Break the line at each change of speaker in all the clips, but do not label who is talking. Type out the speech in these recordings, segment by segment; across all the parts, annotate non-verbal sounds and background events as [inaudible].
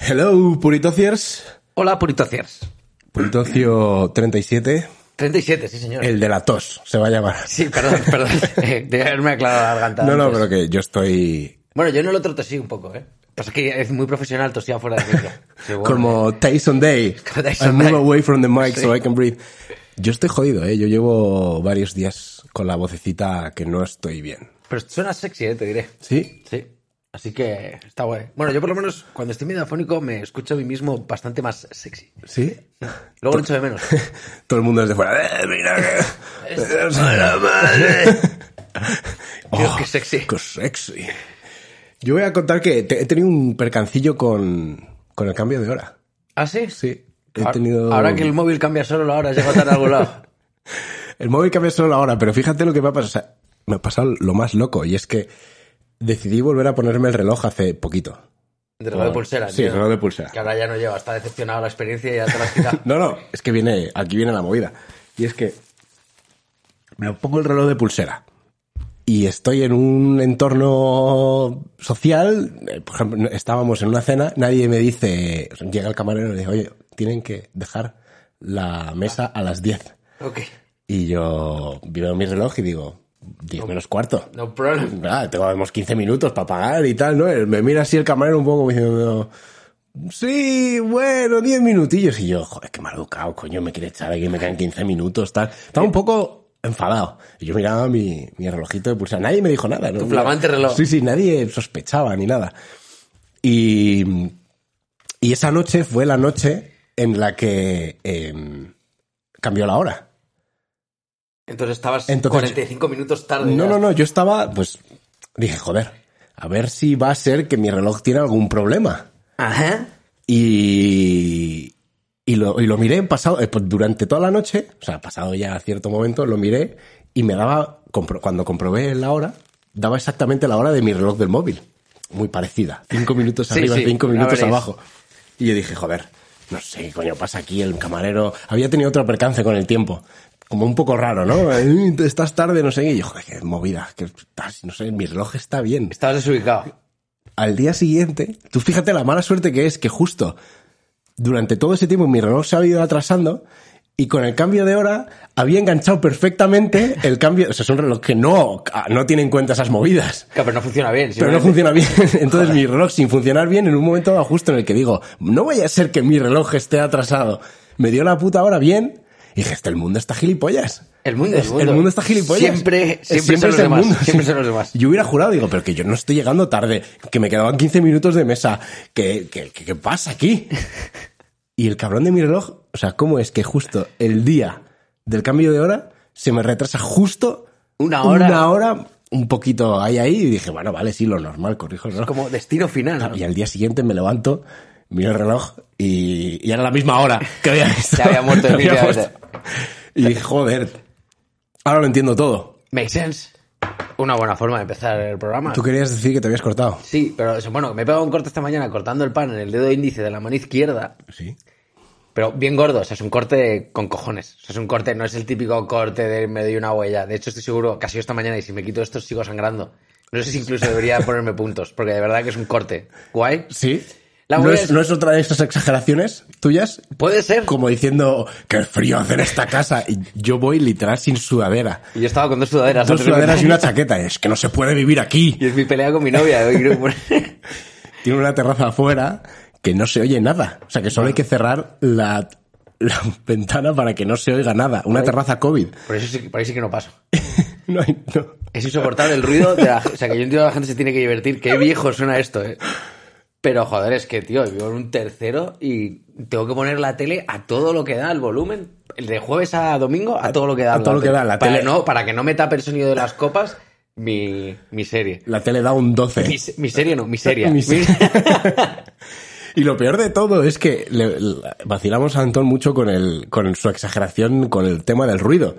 Hello, Puritociers.
Hola, Puritociers.
Puritocio 37,
37, sí, señor.
el de la tos, se va a llamar.
Sí,
[laughs]
perdón, perdón. Eh, Debe haberme aclarado la garganta.
No, no,
antes.
pero que yo estoy
Bueno, yo en el otro tosí un poco, ¿eh? Pasa que es muy profesional tosía fuera
[laughs]
de micro. Sí, bueno,
como Tyson Day.
[laughs] Como Tyson
I move
Day.
away from the mic so
Sí.
I can breathe. Yo estoy jodido, ¿eh? Yo llevo varios días con la vocecita que no estoy bien.
Pero suena sexy, ¿eh? Te diré.
¿Sí?
Sí. Así que está guay. Bueno, yo por lo menos cuando estoy medio afónico me escucho a mí mismo bastante más sexy.
¿Sí?
Luego lo echo
[laughs]
de menos.
Todo el mundo desde fuera. ¡Eh, mira [laughs] que...
[laughs] Dios, qué sexy.
Oh, ¡Qué sexy! Yo voy a contar que te- he tenido un percancillo con, con el cambio de hora.
¿Ah, sí?
Sí. He
Ahora-
tenido...
Ahora que el móvil cambia solo la hora, llego tarde a algún lado.
El móvil cambia solo la hora, pero fíjate lo que me ha pasado. O sea, me ha pasado lo más loco y es que decidí volver a ponerme el reloj hace poquito. [laughs]
De reloj de pulsera.
Sí,
tío.
reloj de pulsera.
Que ahora ya no lleva. Está decepcionado la experiencia y ya te la
[laughs]
has quitado.
No, no, es que viene, aquí viene la movida. Y es que me pongo el reloj de pulsera y estoy en un entorno social. eh, Por ejemplo, estábamos en una cena, nadie me dice, llega el camarero y le dice, oye, tienen que dejar la mesa a las 10.
ok.
Y yo veo mi reloj y digo, 10 menos cuarto.
No problem.
Ah, tenemos 15 minutos para pagar y tal, ¿no? Me mira así el camarero un poco como diciendo, sí, bueno, 10 minutillos. Y yo, joder, qué mal educado, coño, me quiere echar aquí, me quedan 15 minutos, tal. Estaba un poco enfadado. Y yo miraba mi, mi relojito de pulsar. Nadie me dijo nada, ¿no?
Tu flamante reloj.
Sí, sí, nadie sospechaba ni nada. Y, y esa noche fue la noche en la que em, cambió la hora.
Entonces estabas
Entonces-
45 minutos tarde.
No,
ya.
no, no, yo estaba, pues dije, joder, a ver si va a ser que mi reloj tiene algún problema.
Ajá.
Y, y, lo, y lo miré pasado, eh, pues, durante toda la noche, o sea, pasado ya a cierto momento, lo miré y me daba, compro- cuando comprobé la hora, daba exactamente la hora de mi reloj del móvil. Muy parecida. Cinco minutos
Sí,
arriba,
sí,
cinco
la
minutos
veréis.
abajo. Y yo dije, joder, no sé qué coño pasa aquí, el camarero. Había tenido otro percance con el tiempo. Como un poco raro,
[laughs]
¿no? Eh, Estás tarde, no sé qué. Y yo, joder, qué movida. Que, no sé, mi reloj está bien
Estabas desubicado.
al día siguiente, tú fíjate la mala suerte que es que justo durante todo ese tiempo mi reloj se ha ido atrasando y con el cambio de hora había enganchado perfectamente el cambio. O sea, es un reloj que no, ah, no tiene en cuenta esas movidas.
Claro, pero no funciona bien.
Pero no
simplemente.
funciona bien. [laughs] Entonces mi reloj sin funcionar bien en un momento dado justo en el que digo, no vaya a ser que mi reloj esté atrasado. Me dio la puta hora bien y dije, este el mundo está gilipollas.
El mundo,
Es-
el mundo.
está gilipollas.
Siempre-
Es-
siempre son los
es el
demás,
mundo.
siempre son los demás.
Yo hubiera jurado, digo, pero que yo no estoy llegando tarde, que me quedaban 15 minutos de mesa. ¿Qué, qué, qué- qué pasa aquí? Y el cabrón de mi reloj, o sea, ¿cómo es que justo el día del cambio de hora se me retrasa justo
Una hora.
Una hora, un poquito ahí, ahí, y dije, bueno, vale, sí, lo normal, corrijo el reloj.
Como destino final. ¿no?
Y al día siguiente me levanto, miro el reloj y, y era la misma hora que
[laughs]
había visto.
Se
[laughs]
había muerto
que
Emilio
había
Arce.
puesto. Y dije, joder, ahora lo entiendo todo.
Make sense. Una buena forma de empezar el programa.
Tú querías decir que te habías cortado.
Sí, pero eso, bueno, me he pegado un corte esta mañana cortando el pan en el dedo índice de la mano izquierda,
Sí.
pero bien gordo, o sea, es un corte con cojones. O sea, es un corte, no es el típico corte de me doy una huella. De hecho, estoy seguro que ha sido esta mañana y si me quito esto sigo sangrando. No sé si incluso
[laughs]
debería ponerme puntos, porque de verdad que es un corte. Guay.
Sí.
La
¿No
huella
es,
es-
no es otra de estas exageraciones tuyas?
Puede ser.
Como diciendo, qué frío hacer esta casa. Y yo voy literal sin sudadera.
Y Yo estaba con dos sudaderas.
Dos
antes de
sudaderas y
empezar.
una chaqueta. Es que no se puede vivir aquí.
Y es mi pelea con mi novia. hoy creo que-
tiene una terraza afuera que no se oye nada. O sea, que solo hay que cerrar la, la [laughs] ventana para que no se oiga nada. Una terraza COVID.
[laughs] Por eso sí, que- por ahí sí que no paso.
No hay, no.
Es insoportable el ruido de la... O sea, que yo entiendo que la gente se tiene que divertir. Qué viejo suena esto, ¿eh? Pero, joder, es que, tío, vivo en un tercero y tengo que poner la tele a todo lo que da el volumen. El de jueves a domingo, a todo lo que da.
A todo lo que da la
para
tele.
No, para que no me tape el sonido de las copas, mi, mi serie.
La tele da un 12.
[laughs] Mi, se- mi serie no, mi serie.
Mi se- Y lo peor de todo es que le- le- vacilamos a Antón mucho con, el, con su exageración con el tema del ruido.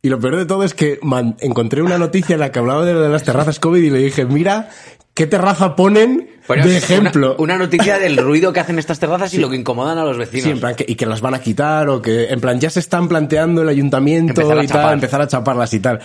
Y lo peor de todo es que man- encontré una noticia en la que hablaba de lo de las terrazas COVID y le dije, mira, ¿qué terraza ponen
Pero
de
es
ejemplo?
Una, una noticia del ruido que hacen estas terrazas y lo que incomodan a los vecinos.
Sí, en plan que- y que las van a quitar o que en plan ya se están planteando el ayuntamiento
Empezar a
y tal,
chapar.
empezar a chaparlas y tal.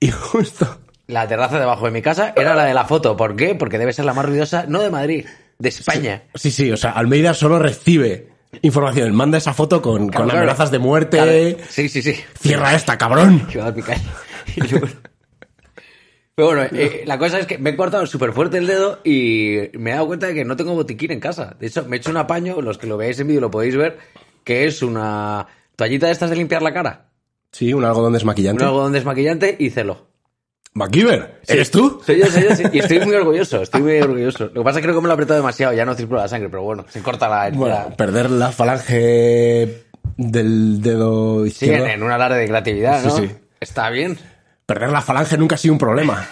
Y [laughs] justo
La terraza debajo de mi casa era la de la foto. ¿Por qué? Porque debe ser la más ruidosa, no de Madrid, de España.
Sí, sí, o sea, Almeida solo recibe información, manda esa foto con,
Claro,
con
claro.
amenazas de muerte.
Claro. Sí, sí, sí.
Cierra esta, cabrón.
Que va a picar. [laughs] Y luego- Pero bueno, eh, la cosa es que me he cortado súper fuerte el dedo y me he dado cuenta de que no tengo botiquín en casa. De hecho, me he hecho un apaño, los que lo veáis en vídeo lo podéis ver, que es una toallita de estas de limpiar la cara,
Sí, un algodón
un
desmaquillante.
algodón desmaquillante y celo.
MacGyver, ¿eres tú?
Soy yo, soy yo, sí. y estoy
[laughs]
muy orgulloso, estoy muy orgulloso. Lo que pasa es que creo que me lo he apretado demasiado, ya no circula la sangre, pero bueno, se corta la...
Bueno,
la-
perder la falange del dedo
sí, en,
izquierdo.
en un alarde de creatividad,
Sí,
¿no?
sí.
Está bien.
Perder la falange nunca ha sido un problema.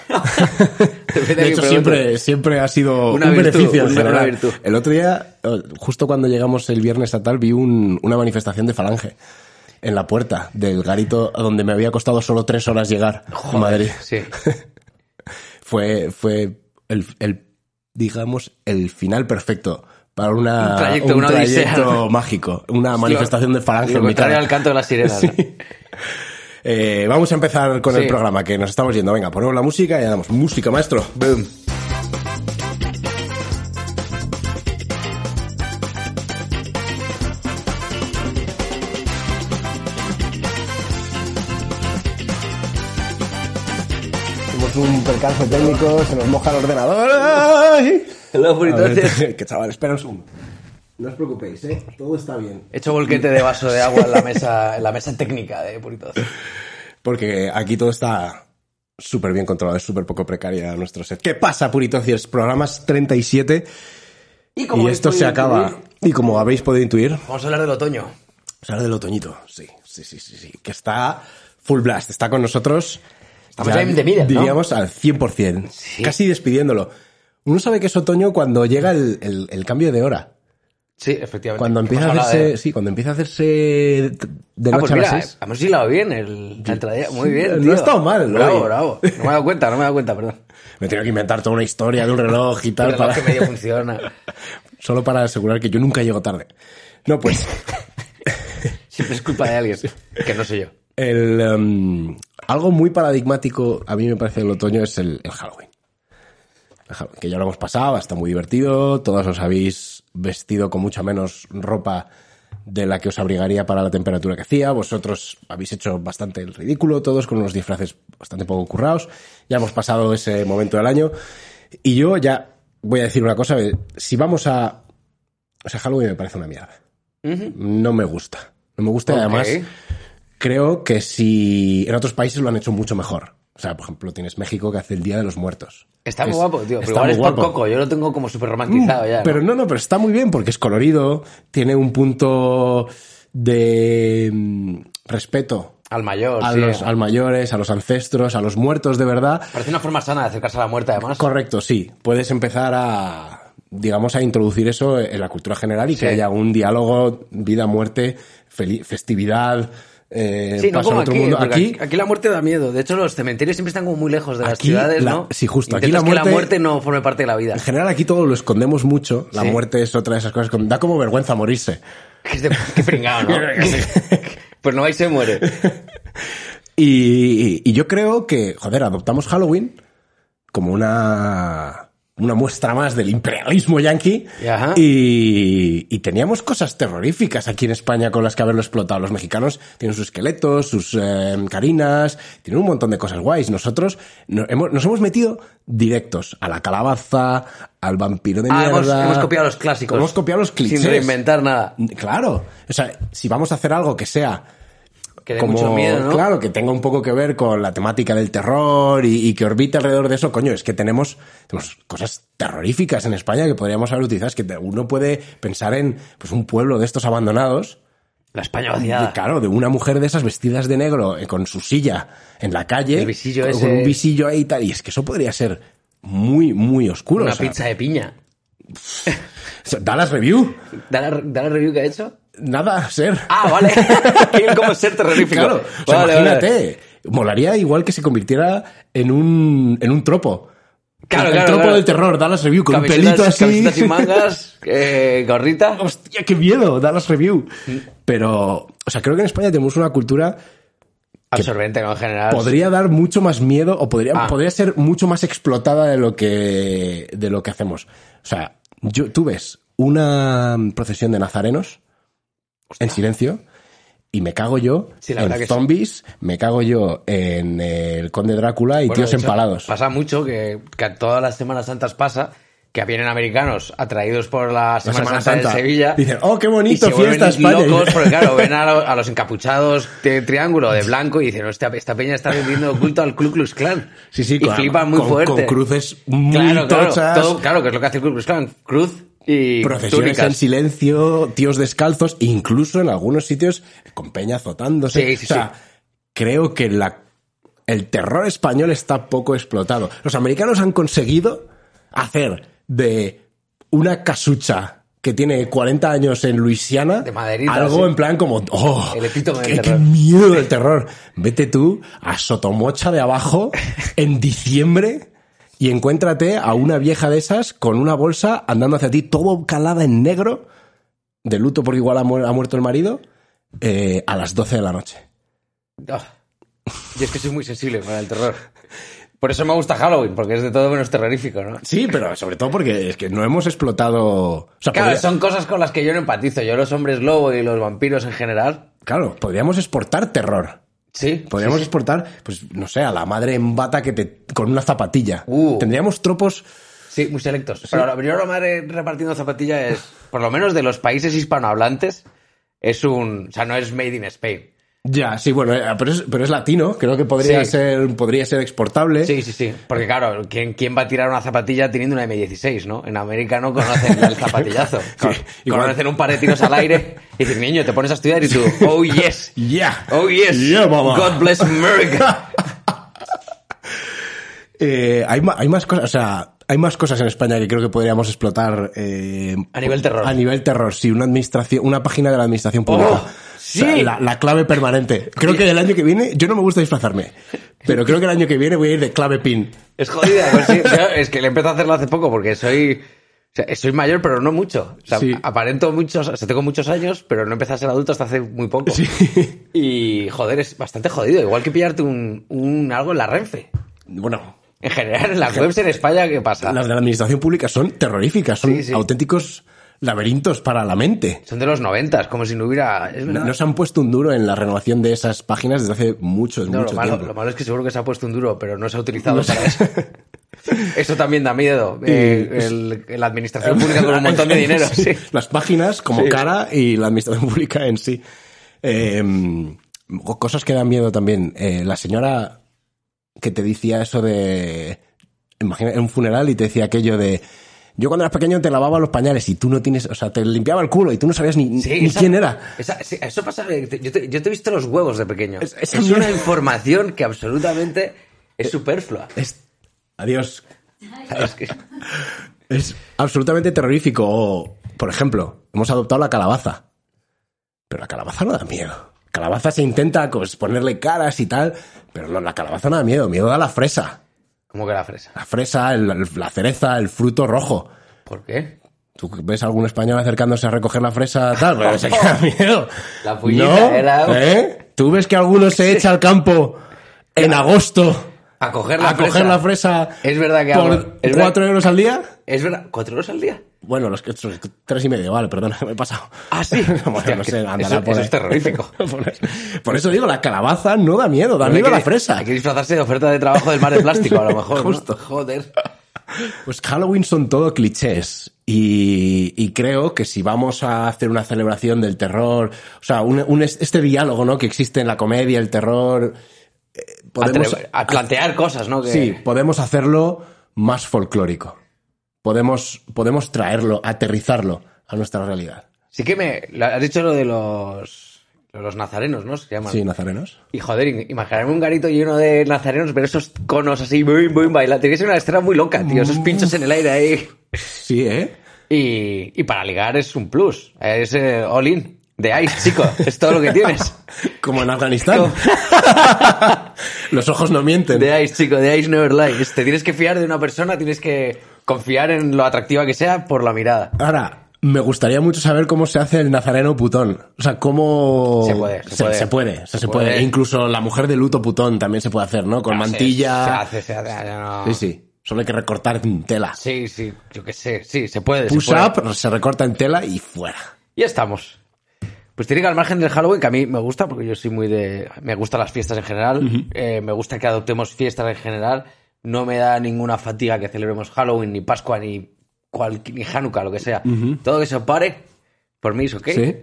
[laughs]
Depende
De
de
hecho,
qué
siempre, siempre ha sido
Una
un
virtud,
beneficio en
una- una
general.
virtud.
El otro día, eh, justo cuando llegamos el viernes a tal, vi un- una manifestación de falange en la puerta del garito a donde me había costado solo tres horas llegar a Madrid. [laughs]
Sí.
Fue, fue el, el, digamos, el final perfecto para una,
Un trayecto,
un
una odisea. [laughs]
trayecto mágico, una manifestación de falange
Lo
en mi
contrario
cara.
al canto de las sirenas. ¿no?
Eh, vamos a empezar con el
Sí.
programa, que nos estamos yendo. Venga, ponemos la música y le damos música, maestro.
Boom.
Tuvimos un percance técnico, se nos moja el ordenador. ¡Ay!
Los
A ver,
fritos
[laughs] que chaval, espera un segundo. No os preocupéis, ¿eh? Todo está bien.
He hecho volquete de vaso de agua en la mesa, en la mesa técnica de Puritos.
Porque aquí todo está súper bien controlado, es súper poco precaria nuestro set. ¿Qué pasa, Puritocios? Programas 37
Y,
y
habéis
esto se
podido
acaba.
intuir,
Y como habéis podido intuir, vamos
Vamos a hablar del otoño.
a hablar del otoñito. Sí, sí, sí, sí, sí. Que está full blast, está con nosotros.
Estamos ya in the middle, ¿no?
Diríamos al 100%,
Sí.
casi despidiéndolo. Uno sabe que es otoño cuando llega el- el- el cambio de hora.
Sí, efectivamente.
Cuando empieza a
Hemos hablado
hacerse,
de-
sí, cuando empieza a hacerse de
Ah,
noche
pues
a las
mira,
seis.
hemos hilado bien el, la entradilla. Muy bien.
no
tío.
he estado mal,
Bravo,
hoy.
bravo. No me he dado cuenta, no me he dado cuenta, perdón.
Me tengo que inventar toda una historia de un
[laughs]
reloj y
Pero
tal
la
para,
que medio funciona.
[laughs] solo para asegurar que yo nunca llego tarde. No, pues
Siempre es culpa
[laughs]
de alguien, que no soy yo.
el, em, algo muy paradigmático a mí me parece del otoño es el, el Halloween. El Halloween, Que ya lo hemos pasado, está muy divertido. Todos os habéis vestido con mucha menos ropa de la que os abrigaría para la temperatura que hacía. Vosotros habéis hecho bastante el ridículo, todos con unos disfraces bastante poco currados. Ya hemos pasado ese momento del año. Y yo ya voy a decir una cosa. eh, Si vamos a... O sea, Halloween me parece una mierda. No me gusta. No me gusta y además
Ok.
creo que si en otros países lo han hecho mucho mejor. O sea, por ejemplo, tienes México que hace el Día de los Muertos.
Está
Es-
muy guapo, tío. Pero
está
igual
muy
es
guapo.
por coco. Yo lo tengo como súper romantizado ya. ¿no?
Mm, Pero no, no, pero está muy bien porque es colorido, tiene un punto de mm, respeto
Al mayor,
a
sí.
los al mayores, a los ancestros, a los muertos de verdad.
Parece una forma sana de acercarse a la muerte, además.
Correcto, sí. Puedes empezar a, digamos, a introducir eso en la cultura general y que haya un diálogo, vida, muerte, feli- festividad, eh,
Sí, no
paso
como
a otro
aquí,
mundo.
porque
Aquí,
aquí la muerte da miedo. De hecho, los cementerios siempre están como muy lejos de las
Aquí
ciudades,
la-
¿no?
sí, justo, aquí
Intentas
la
que la
muerte
muerte no forme parte de
[laughs]
la vida.
en general aquí todo lo escondemos mucho. La
Sí.
muerte es otra de esas cosas. que Da como vergüenza morirse.
Que es de- Qué
[laughs]
pringado, ¿no? pues no ahí se muere.
Y, y yo creo que, joder, adoptamos Halloween como una, una muestra más del imperialismo yanqui.
Ajá.
Y, y teníamos cosas terroríficas aquí en España con las que haberlo explotado. Los mexicanos tienen sus esqueletos, sus eh, carinas, tienen un montón de cosas guays. Nosotros no- hemos- nos hemos metido directos a la calabaza, al vampiro de
Ah,
mierda.
hemos, hemos copiado los clásicos.
Hemos copiado los clichés.
Sin reinventar nada.
Claro. O sea, si vamos a hacer algo que sea
Que dé mucho miedo, ¿no?
Claro, que tenga un poco que ver con la temática del terror y, y que orbite alrededor de eso. Coño, es que tenemos, tenemos cosas terroríficas en España que podríamos haber utilizado. Es que te- uno puede pensar en pues, un pueblo de estos abandonados.
La España
de-
vaciada.
claro, de una mujer de esas vestidas de negro eh, con su silla en la calle.
El visillo
con,
ese.
con un visillo ahí y tal. Y es que eso podría ser muy, muy oscuro.
Una
o sea,
pizza de piña.
o sea, Dallas Review.
¿Da la, da la review que ha hecho?
Nada, ser.
Ah, vale. [laughs] ¿Cómo ser terrorífico?
Claro, o sea,
Vale, vale.
imagínate. Molaría igual que se convirtiera en un, en un tropo.
Claro,
el
claro,
tropo
claro.
del terror, Dallas Review, con
Camisetas-
un pelito así. [laughs]
camisetas sin mangas, eh, gorrita.
Hostia, qué miedo, Dallas Review.
Mm.
Pero, o sea, creo que en España tenemos una cultura
Absorbente, ¿no? En general.
podría dar mucho más miedo o podría,
Ah.
podría ser mucho más explotada de lo que, de lo que hacemos. O sea, yo, tú ves una procesión de nazarenos en silencio y me cago yo
Sí, la verdad que
en
sí.
zombies, me cago yo en el conde Drácula y
Bueno,
tíos
de hecho,
empalados.
Pasa mucho que, que a todas las Semanas Santas pasa que vienen americanos atraídos por la
La
Semana, Santa, de Sevilla.
Dicen, oh, qué
y
bonito,
se vuelven
fiesta España. [laughs]
locos porque claro, ven a, lo- a los encapuchados de triángulo de blanco y dicen, hostia, esta peña está vendiendo oculto al Ku Klux Klan.
Sí, sí,
y
con-
flipan muy
con-
fuerte.
con cruces muy
claro, claro,
tochas.
todo- claro, que es lo que hace el Ku Klux Klan. Cruz y
Procesiones
túnicas.
en silencio, tíos descalzos, incluso en algunos sitios con peña azotándose.
Sí, sí,
o sea, creo que la, el terror español está poco explotado. Los americanos han conseguido hacer de una casucha que tiene 40 años en Luisiana
De maderita,
algo
sí.
en plan como oh
El epítome del
qué, qué
terror.
miedo del terror vete tú a Sotomocha de [laughs] abajo en diciembre y encuéntrate a una vieja de esas con una bolsa andando hacia ti todo calada en negro de luto porque igual ha, mu- ha muerto el marido eh, a las 12 de la noche
Oh. Yo es que soy muy sensible con el terror. Por eso me gusta Halloween, porque es de todo menos terrorífico, ¿no?
sí pero sobre todo porque es que no hemos explotado o sea,
Claro,
podría-
son cosas con las que yo no empatizo. Yo los hombres lobo y los vampiros en general,
claro podríamos exportar terror
sí.
Podríamos
Sí, sí.
exportar, pues, no sé, a la madre en bata que te, con una zapatilla.
Uh.
Tendríamos tropos.
Sí, muy selectos. Pero la- yo lo madre repartiendo zapatillas es, por lo menos de los países hispanohablantes, es un... O sea, no es made in Spain.
Ya, sí, bueno, eh, pero es, pero es latino. Creo que podría
Sí.
ser, podría ser exportable.
Sí, sí, sí. Porque claro, ¿quién, ¿quién va a tirar una zapatilla teniendo una M16, no? En América no conocen el [laughs] zapatillazo. Con-
igual.
conocen un par de tiros al aire y dicen, niño, te pones a estudiar y tú, oh yes,
Yeah.
oh yes,
Yeah, mamá.
God
[laughs]
bless America.
Eh, hay, ma- hay más cosas, o sea, hay más cosas en España que creo que podríamos explotar. eh,
A nivel terror.
A nivel terror, sí, una administración, una página de la administración pública.
Oh,
O sea,
sí.
la, la clave permanente. Creo que el año que viene, yo no me gusta disfrazarme, pero creo que el año que viene voy a ir de clave pin.
Es jodida, pues sí. Yo, es que le empecé a hacerlo hace poco porque soy... o sea, soy mayor, pero no mucho. O sea,
Sí.
aparento muchos... O sea, tengo muchos años, pero no empecé a ser adulto hasta hace muy poco. [laughs] Y, joder, es bastante jodido. Igual que pillarte un, un algo en la Renfe.
Bueno,
En general,
[laughs]
en las webs en España, ¿qué pasa?
Las de la administración pública son terroríficas, son
Sí, sí.
auténticos laberintos para la mente.
Son de los 90, como si no hubiera... es
No,
verdad.
no se han puesto un duro en la renovación de esas páginas desde hace mucho,
No, lo,
mucho
malo,
tiempo.
lo malo es que seguro que se ha puesto un duro, pero no se ha utilizado
[laughs]
para eso. Eso también da miedo. Eh, el- el- la administración pública
[laughs]
con un montón de dinero.
Sí,
sí.
Las páginas como
Sí.
cara y la administración pública en sí. Eh, cosas que dan miedo también. Eh, la señora que te decía eso de... Imagina, en un funeral y te decía aquello de... Yo cuando eras pequeño te lavaba los pañales y tú no tienes... O sea, te limpiaba el culo y tú no sabías ni,
Sí,
ni
esa-
quién era.
esa- sí, eso pasa. que te- Yo te, yo te he visto los huevos de pequeño.
Es-
Es,
esa
una
mierda. Eh,
información que absolutamente es superflua.
Es- Adiós.
¿sabes? Que-
Es absolutamente terrorífico. O, por ejemplo, hemos adoptado la calabaza. Pero la calabaza no da miedo. Calabaza se intenta pues, ponerle caras y tal, pero no, la calabaza no da miedo. Miedo da la fresa.
¿Cómo que la fresa?
La fresa, el- el- la cereza, el fruto rojo.
¿Por qué?
¿Tú ves a algún español acercándose a recoger la fresa tal? Pero
[laughs]
se queda miedo.
La pullita era-
¿Eh? ¿Tú ves que alguno
[laughs]
se echa al campo en agosto
A coger la
a
fresa.
coger la fresa
Es verdad que hago-
por
es verdad-
cuatro euros al día?
Es verdad, cuatro horas al día.
Bueno, los que estos- tres y medio, vale, perdona, [laughs] me he pasado.
Ah, sí.
[laughs] Bueno,
Hostia,
no
que-
sé,
eso-
andará por
eso
ahí.
es terrorífico.
[laughs] por, por eso digo, la calabaza no da miedo, da
Hay
miedo
que-
la fresa.
Hay que disfrazarse de oferta de trabajo del mar de plástico, a lo mejor. ¿no?
Justo.
Joder.
Pues Halloween son todo clichés. Y, y creo que si vamos a hacer una celebración del terror, o sea, un- un- este diálogo ¿no? que existe en la comedia, el terror, eh, podemos,
Atreve- a plantear cosas, ¿no? Que-
Sí, podemos hacerlo más folclórico. Podemos, podemos traerlo, aterrizarlo a nuestra realidad.
Sí que me... lo- Has dicho lo de los... Los nazarenos, ¿no? Se llaman.
Sí, nazarenos.
Y joder, im- imaginarme un garito lleno de nazarenos, pero esos conos así, boom, boom, baila. Tiene que ser una escena muy loca, tío. Esos pinchos en el aire ahí.
Sí, ¿eh?
Y, y para ligar es un plus. Es eh, all in. De ice, chico. Es todo lo que tienes.
Como en Afganistán. [laughs] Los ojos no mienten.
[laughs] De ice, chico. De ice never lies. Te tienes que fiar de una persona, tienes que confiar en lo atractiva que sea por la mirada.
Ahora, me gustaría mucho saber cómo se hace el nazareno putón. O sea, cómo...
Se puede, se puede.
se puede. o sea, se,
Se
puede.
puede. Ah,
E incluso la mujer de luto putón también se puede hacer, ¿no? Con mantilla...
Se hace, se hace. ya no.
Sí, sí. Solo hay que recortar en tela.
Sí, sí, yo qué sé, sí, se puede. se
Push
puede.
up, se recorta en tela y fuera.
Ya estamos. Pues tiene que al margen del Halloween, que a mí me gusta, porque yo soy muy de... Me gustan las fiestas en general, eh, me gusta que adoptemos fiestas en general, no me da ninguna fatiga que celebremos Halloween, ni Pascua, ni, cual, ni Hanukkah, lo que sea. Todo que se pare, por mí es ok.
Sí.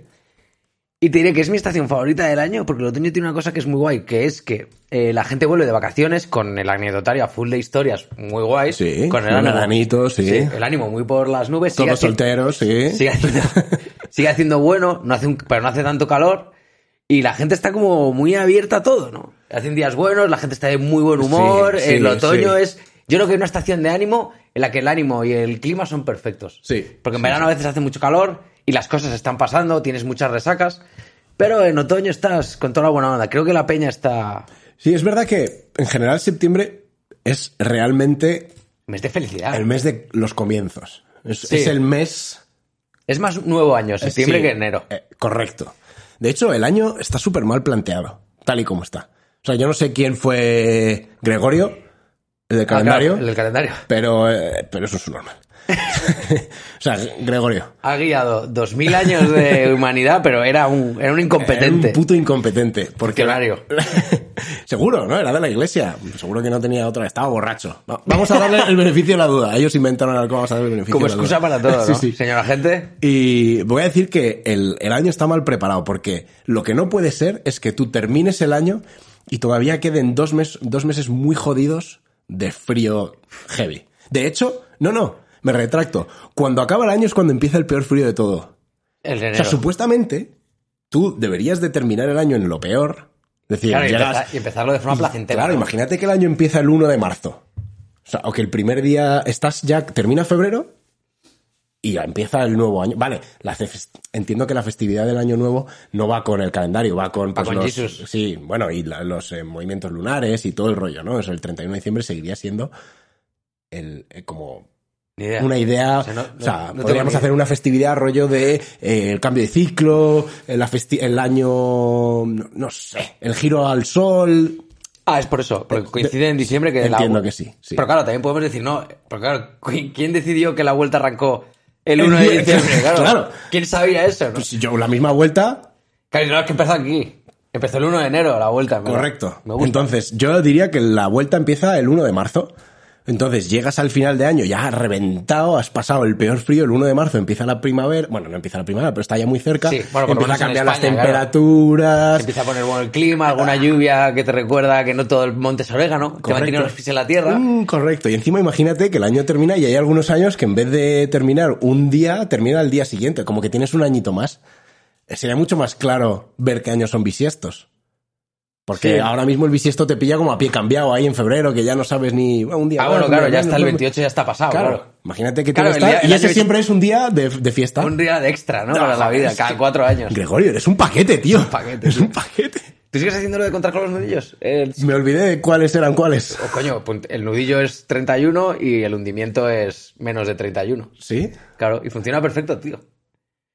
Y te diré que es mi estación favorita del año, porque el otoño tiene una cosa que es muy guay, que es que eh, la gente vuelve de vacaciones con el anecdotario full de historias muy guays.
Sí,
con el
un
ánimo.
veranito, sí.
El ánimo muy por las nubes. sigue
Todos
haci-
solteros, sí.
Sigue haciendo, [laughs] sigue haciendo bueno, no hace un- pero no hace tanto calor. Y la gente está como muy abierta a todo, ¿no? Hacen días buenos, la gente está de muy buen humor.
Sí, sí,
el otoño
sí.
es. Yo creo que es una estación de ánimo en la que el ánimo y el clima son perfectos.
Sí,
Porque en
sí,
verano a veces hace mucho calor y las cosas están pasando, tienes muchas resacas. Pero en otoño estás con toda la buena onda. Creo que la peña está.
Sí, es verdad que en general septiembre es realmente
Mes de felicidad.
el mes de los comienzos. Es,
Ah. Sí.
es el mes...
Es más nuevo año, septiembre
sí,
que enero.
eh, correcto. De hecho, el año está súper mal planteado, tal y como está. O sea, yo no sé quién fue Gregorio, el del
Ah, claro,
calendario,
el del calendario.
pero, eh, pero eso es
[laughs]
normal. [laughs] o sea, Gregorio.
Ha guiado dos mil años
[laughs]
de humanidad, pero era un, era un
Era
incompetente.
un puto incompetente. Porque
Funcionario.
[laughs] Seguro, ¿no? Era de la iglesia. Seguro que no tenía otra. Estaba borracho. Va- Vamos a darle el beneficio de la duda. Ellos inventaron algo, vamos a darle el beneficio
Como
de la duda.
excusa para todo,
[laughs]
¿no?
Sí, sí.
Señora gente.
Y voy a decir que el, el año está mal preparado porque lo que no puede ser es que tú termines el año y todavía queden dos, mes- dos meses muy jodidos de frío heavy. De hecho, no, no, me retracto. Cuando acaba el año es cuando empieza el peor frío de todo.
El de
O
enero.
sea, supuestamente, tú deberías de terminar el año en lo peor. Es decir,
Claro, y,
llegas-
empezar- y empezarlo de forma placentera.
Claro,
¿no?
imagínate que el año empieza el 1 de marzo. O sea, o que el primer día estás ya, termina febrero y ya empieza el nuevo año. Vale, la cef- entiendo que la festividad del año nuevo no va con el calendario, va con, pues,
Va con
los,
Jesus.
Sí, bueno, y la- los eh, movimientos lunares y todo el rollo, ¿no? Eso el 31 de diciembre seguiría siendo el, eh, como
Ni idea.
una idea. O
O
sea,
sea, no- no- no tengo
podríamos
ni idea.
hacer una festividad rollo de eh, el cambio de ciclo, eh, la festi- el año, no, no sé, el giro al sol.
Ah, es por eso. Porque coincide en diciembre que la-
Entiendo que sí, sí.
Pero claro, también podemos decir no. Porque claro, ¿qui- ¿quién decidió que la vuelta arrancó el 1 de
[laughs]
diciembre? Claro.
Claro.
¿Quién sabía eso? no?
Pues yo la misma vuelta,
Claro, no, es que empezó aquí. Empezó el 1 de enero la vuelta. me-
correcto.
Me gusta.
Entonces, yo diría que la vuelta empieza el 1 de marzo. Entonces, llegas al final de año, ya has reventado, has pasado el peor frío, el 1 de marzo empieza la primavera, bueno, no empieza la primavera, pero está ya muy cerca,
Sí, bueno, por lo
empieza a
menos
cambiar
en
las
España, claro. Se
temperaturas,
empieza a poner bueno el clima, alguna lluvia que te recuerda que no todo el monte es orégano, que mantiene los pies en la tierra.
Mm, correcto. Y encima imagínate que el año termina y hay algunos años que en vez de terminar un día, termina el día siguiente. Como que tienes un añito más. Eh, Sería mucho más claro ver qué años son bisiestos. Porque
Sí.
ahora mismo el bisiesto te pilla como a pie cambiado ahí en febrero, que ya no sabes ni bueno, un día.
Ah,
más,
bueno,
un
claro,
día
ya
menos,
está el
¿no?
28, ya está pasado,
Claro.
claro.
Imagínate que
Claro,
te
el día-
y
el
ese
año-
siempre es un día de, de fiesta.
Un día de extra, ¿no?
No,
Para la
joder,
vida,
es
cada
que-
cuatro años.
Gregorio, eres un paquete, tío. [laughs]
paquete,
Eres
tío.
un paquete.
¿Tú sigues haciendo lo de contar con los nudillos? El...
Me olvidé de cuáles eran cuáles.
oh, coño, punt- el nudillo es 31 y el hundimiento es menos de 31.
¿Sí?
Claro, y funciona perfecto, tíro.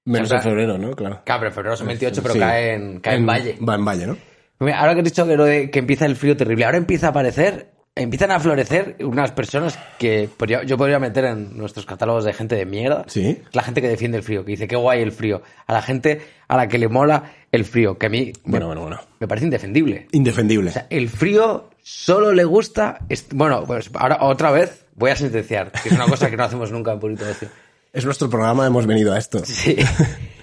Menos
O sea,
en febrero, ¿no? Claro.
Claro, pero en febrero son 28, pero
Sí.
cae, en, cae en valle.
Va en valle, ¿no?
Mira, ahora que he dicho que, lo de- que empieza el frío terrible, ahora empieza a aparecer, empiezan a florecer unas personas que podría- yo podría meter en nuestros catálogos de gente de mierda.
Sí.
La gente que defiende el frío, que dice qué guay el frío. A la gente a la que le mola el frío, que a mí me-
Bueno, bueno, bueno.
me parece indefendible.
Indefendible.
O sea, el frío solo le gusta. est- Bueno, pues ahora otra vez voy a sentenciar, que es una cosa que no hacemos nunca en Purito Ocio.
es nuestro programa, hemos venido a esto.
Sí.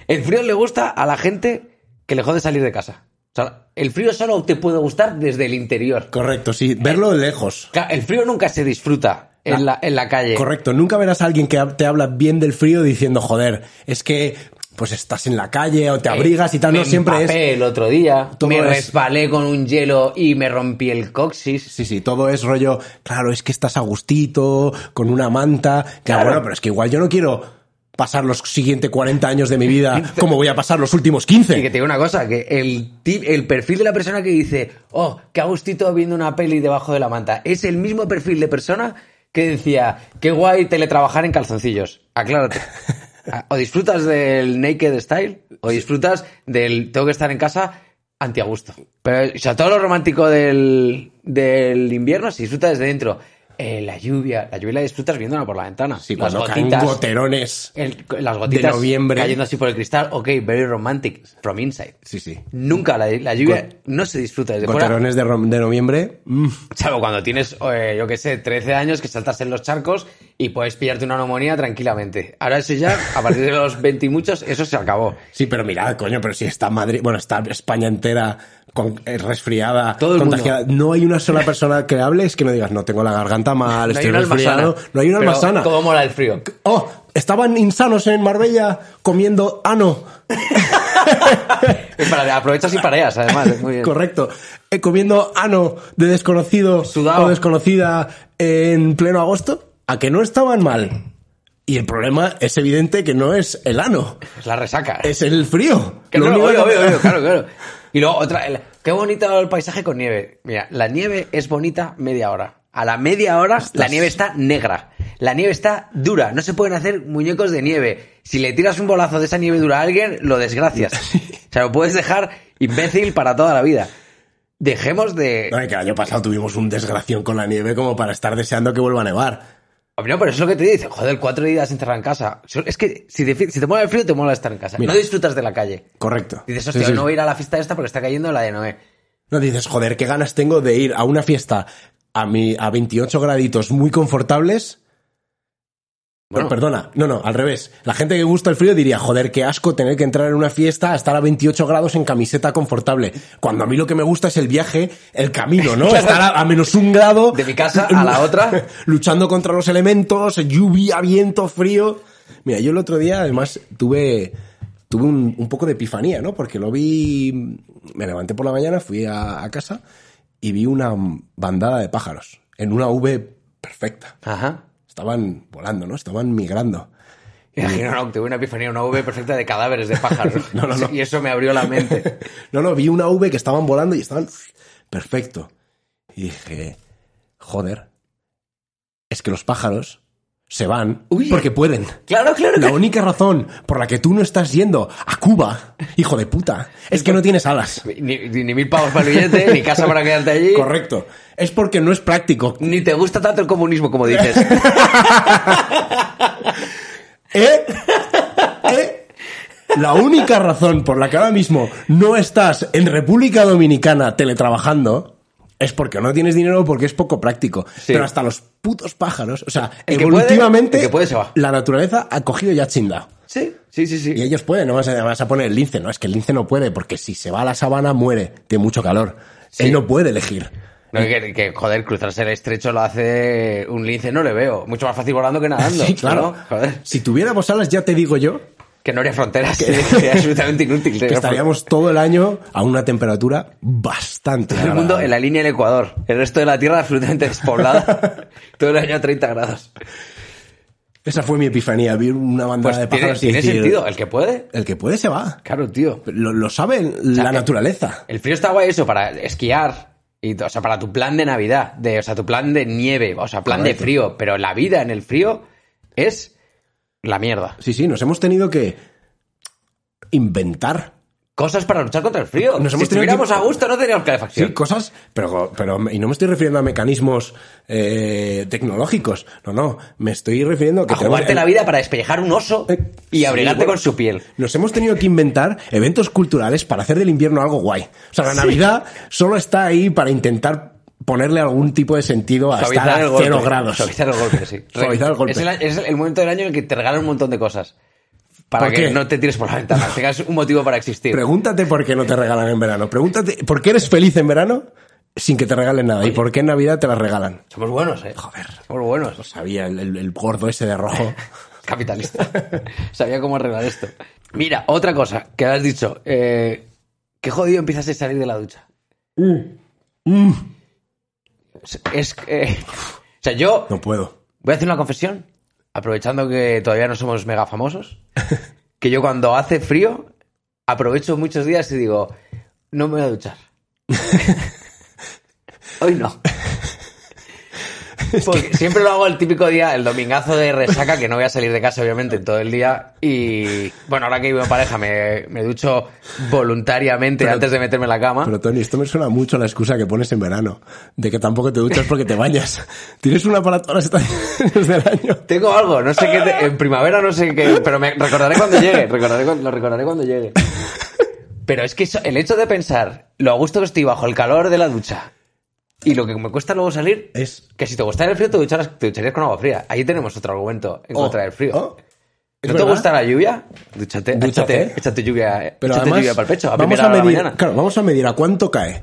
El frío le gusta a la gente que le jode salir de casa. O sea, el frío solo te puede gustar desde el interior.
Correcto, sí. Verlo de lejos.
Claro, el frío nunca se disfruta en la, en la calle.
Correcto. Nunca verás a alguien que ha- te habla bien del frío diciendo, joder, es que pues estás en la calle o te abrigas y tal.
Eh, Me
No siempre es.
empapé el otro día,
Todo
me
es-
resbalé con un hielo y me rompí el coxis.
Sí, sí, todo es rollo, claro, es que estás a gustito, con una manta. Claro,
Claro.
bueno, pero es que igual yo no quiero pasar los siguientes 40 años de mi vida
[laughs]
como voy a pasar los últimos 15.
Y que te digo una cosa, que el, tip- el perfil de la persona que dice, oh, qué a gustito viendo una peli debajo de la manta, es el mismo perfil de persona que decía, qué guay teletrabajar en calzoncillos.
[laughs]
Aclárate. A- O disfrutas del naked style, o disfrutas del tengo que estar en casa antiagusto. Pero, o sea, todo lo romántico del, del invierno se disfruta desde dentro. Eh, la lluvia, la lluvia la disfrutas viéndola por la ventana.
Sí,
Las
cuando caen
gotitas.
goterones.
El- las gotitas
noviembre.
cayendo así por el cristal, ok, very romantic, from inside.
Sí, sí.
Nunca la, la lluvia no se disfruta desde fuera.
Goterones de, rom- de noviembre. mm.
Salvo cuando tienes, eh, yo qué sé, 13 años que saltas en los charcos y puedes pillarte una neumonía tranquilamente. Ahora eso ya, a partir de los 20 y muchos, eso se acabó.
Sí, pero mirad, coño, pero si está Madrid, bueno, está España entera con, eh, resfriada,
Todo el
contagiada. No hay una
[laughs]
sola persona que hable, es que no digas, no tengo la garganta mal,
No hay
estoy
una alma
resfriado.
sana.
No hay una alma
Pero
sana.
Todo mola
[laughs]
el frío.
Oh, estaban insanos en Marbella comiendo ano.
Y para, aprovechas y pareas, además. es Muy
[laughs]
bien.
Correcto. Eh, comiendo ano de desconocido
Sudado.
o desconocida en pleno agosto, a que no estaban mal. Y el problema es evidente que no es el ano,
Es la resaca.
es el frío.
Que
Lo
no,
único
obvio,
que-
obvio, obvio, claro, claro. [laughs] Y luego otra, el- qué bonito el paisaje con nieve. Mira, la nieve es bonita media hora. A la media hora la nieve está negra. La nieve está dura. No se pueden hacer muñecos de nieve. Si le tiras un bolazo de esa nieve dura a alguien, lo [laughs] desgracias. O sea, lo puedes dejar imbécil para toda la vida. Dejemos de...
No, y que el año pasado tuvimos un desgración con la nieve como para estar deseando que vuelva a nevar.
No, pero es lo que te dicen. Joder, cuatro días encerrado en casa. Es que si te, si te mola el frío, te mola estar en casa.
Mira.
No disfrutas de la calle.
Correcto.
Dices,
Sí,
hostia,
sí.
no voy a ir a la fiesta esta porque está cayendo la de Noé.
No dices, joder, qué ganas tengo de ir a una fiesta a, mi, a 28 graditos muy confortables.
Bueno.
No, perdona, no, no, al revés. La gente que gusta el frío diría, joder, qué asco tener que entrar en una fiesta a estar a 28 grados en camiseta confortable. Cuando a mí lo que me gusta es el viaje, el camino,
[laughs]
¿no? Estar a, a menos un grado.
De mi casa a la otra.
[laughs] Luchando contra los elementos, lluvia, viento, frío. Mira, yo el otro día además tuve, tuve un, un poco de epifanía, ¿no? Porque lo vi, me levanté por la mañana, fui a, a casa y vi una bandada de pájaros en una V perfecta.
Ajá.
Estaban volando, ¿no? Estaban migrando.
[laughs] Imagino, no, tuve una epifanía, una V perfecta de cadáveres de pájaros.
[laughs] No, no, no.
Y eso me abrió la
[laughs]
mente. [laughs]
No, no, vi una V que estaban volando y estaban perfecto. Y dije, joder, es que los pájaros se van
Uy.
porque pueden.
Claro, claro.
La
claro.
única razón por la que tú no estás yendo a Cuba, hijo de puta, es que no tienes alas.
[laughs] Ni, ni- ni mil pavos para el billete, ni casa para quedarte allí.
Correcto. Es porque no es práctico.
Ni te gusta tanto el comunismo
[laughs]
como dices.
¿Eh? ¿Eh? La única razón por la que ahora mismo no estás en República Dominicana teletrabajando es porque no tienes dinero o porque es poco práctico. Pero hasta los putos pájaros, o sea,
El que puede,
evolutivamente
el que puede se va.
la naturaleza ha cogido ya chinda.
Sí, sí, sí,
Y
sí.
ellos pueden, no vas a, vas a poner el lince, no, es que el lince no puede, porque si se va a la sabana muere, tiene mucho calor.
Sí.
Él no puede elegir.
No, que, que, joder, cruzarse el estrecho lo hace un lince, no le veo. Mucho más fácil volando que nadando.
[laughs] Sí, claro.
¿no? Joder.
Si tuviéramos alas, ya te digo yo,
Que no haría
[laughs]
fronteras. Sería absolutamente inútil.
que estaríamos todo el año a una temperatura bastante.
Todo el mundo
agradable.
en la línea del Ecuador. El resto de la Tierra absolutamente
[laughs]
despoblada. Todo el año a 30 grados.
Esa fue mi epifanía, vi una bandada
Pues
de
tiene,
pájaros y
tiene
decir,
sentido. El que puede.
el que puede se va.
Claro, tío.
Lo, lo sabe la
que-
naturaleza.
El frío está guay eso para esquiar. Y, o sea, para tu plan de Navidad. De, o sea, tu plan de nieve. O sea, plan de
Correcto.
frío. Pero la vida en el frío es la mierda.
Sí, sí, nos hemos tenido que inventar
Cosas para luchar contra el
Nos
frío. si
hemos tenido
estuviéramos
que-
a gusto no teníamos
sí,
calefacción.
cosas, pero, pero y no me estoy refiriendo a mecanismos eh, tecnológicos, no, no, me estoy refiriendo a que
a jugarte
tenemos-
la vida para despellejar un oso
Eh,
y
sí,
abrigarte
bueno.
con su piel.
Nos hemos tenido que inventar eventos culturales para hacer del invierno algo guay. O sea, la Navidad solo está ahí para intentar ponerle algún tipo de sentido a estar a cero grados.
Suavizar el golpe, sí.
[laughs] Suavizar el golpe.
Es el, es el momento del año en el que te regalan un montón de cosas. Para
¿Por
que
qué?
no te tires por
[laughs]
la ventana. tengas un motivo para existir.
Pregúntate por qué no te regalan en verano. Pregúntate por qué eres feliz en verano sin que te regalen nada. Y por qué en Navidad te las regalan.
Somos buenos, eh.
Joder. Pues
Somos buenos.
Sabía el, el- el gordo ese de rojo.
[laughs] capitalista. Sabía cómo arreglar esto. Mira, otra cosa que has dicho. Eh, qué jodido empiezas a salir de la ducha. Es que. eh, o sea, yo
No puedo.
[laughs] voy a hacer una confesión aprovechando que todavía no somos mega famosos, que yo cuando hace frío aprovecho muchos días y digo, no me voy a duchar. Hoy no. Porque siempre lo hago el típico día, el domingazo de resaca, que no voy a salir de casa, obviamente, en todo el día. Y bueno, ahora que vivo en pareja, me, me ducho voluntariamente
Pero-
antes de meterme en la cama.
Pero Tony, esto me suena mucho a la excusa que pones en verano, de que tampoco te duchas porque te [laughs] bañas. Tienes una para todas las estaciones del año.
Tengo algo, no sé qué. te- en primavera no sé qué. Pero me recordaré cuando llegue. Recordaré, cu- lo recordaré cuando llegue. Pero es que eso- el hecho de pensar lo a gusto que estoy bajo el calor de la ducha y lo que me cuesta luego salir.
Es...
Que si te gustara el frío, te, ducharas- te ducharías con agua fría. Ahí tenemos otro argumento en contra del frío.
Oh, es
¿No te
verdad.
gusta la lluvia? Dúchate,
Dúchate.
échate, échate lluvia, eh,
Pero
échate
además,
lluvia para el pecho a
vamos,
primera
a
hora de la
medir,
mañana.
claro, vamos a medir a cuánto cae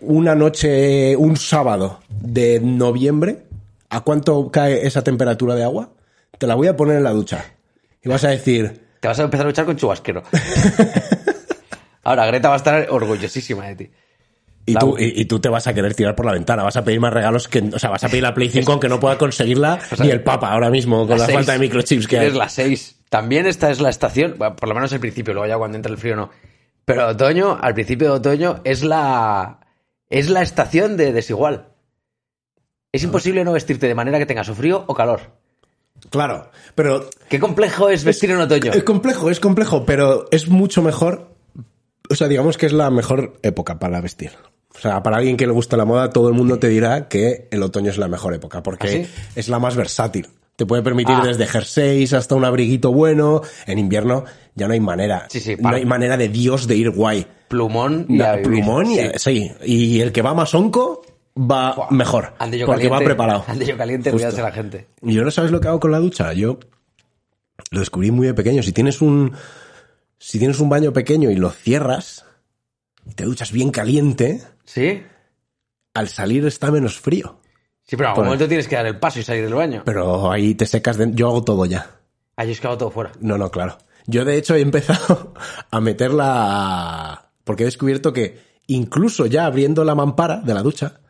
una noche, un sábado de noviembre, a cuánto cae esa temperatura de agua. Te la voy a poner en la ducha. Y vas a decir,
Te vas a empezar a duchar
[laughs]
con chubasquero. Ahora, Greta va a estar orgullosísima de ti.
Y
La-
tú, y, y tú te vas a querer tirar por la ventana, vas a pedir más regalos que, o sea, vas a pedir la Play 5 aunque no pueda conseguirla
[laughs] O sea,
ni el Papa ahora mismo con la
Las seis.
falta de microchips que hay.
Tienes las 6. También esta es la estación, bueno, por lo menos al principio, luego ya cuando entra el frío no. Pero otoño, al principio de otoño, es la, es la estación de desigual. Es imposible no vestirte de manera que tengas o frío o calor.
Claro, pero
Qué complejo es vestir en otoño.
es complejo, es complejo, pero es mucho mejor. O sea, digamos que es la mejor época para vestir. O sea, para alguien que le gusta la moda, todo el mundo te dirá que el otoño es la mejor época, porque
¿Ah, sí?
es la más versátil. Te puede permitir
Ah.
desde jerseys hasta un abriguito bueno. En invierno ya no hay manera.
Sí, sí,
no
para.
hay manera de Dios de ir guay.
Plumón y a
La
vivir.
plumón y
Sí.
sí. Y el que va más onco va
Buah.
mejor.
Ande yo
porque va
caliente,
preparado.
ande yo caliente,
Justo.
cuidarse la gente.
Y yo no sabes lo que hago con la ducha. Yo lo descubrí muy de pequeño. Si tienes un. Si tienes un baño pequeño y lo cierras y te duchas bien caliente,
¿Sí?
al salir está menos frío.
Sí, pero en algún
Por-
momento tienes que dar el paso y salir del baño.
Pero ahí te secas. de- Yo hago todo ya.
Ah, yo es que hago todo fuera.
No, no, claro. Yo de hecho he empezado [laughs] a meterla. Porque he descubierto que incluso ya abriendo la mampara de la ducha,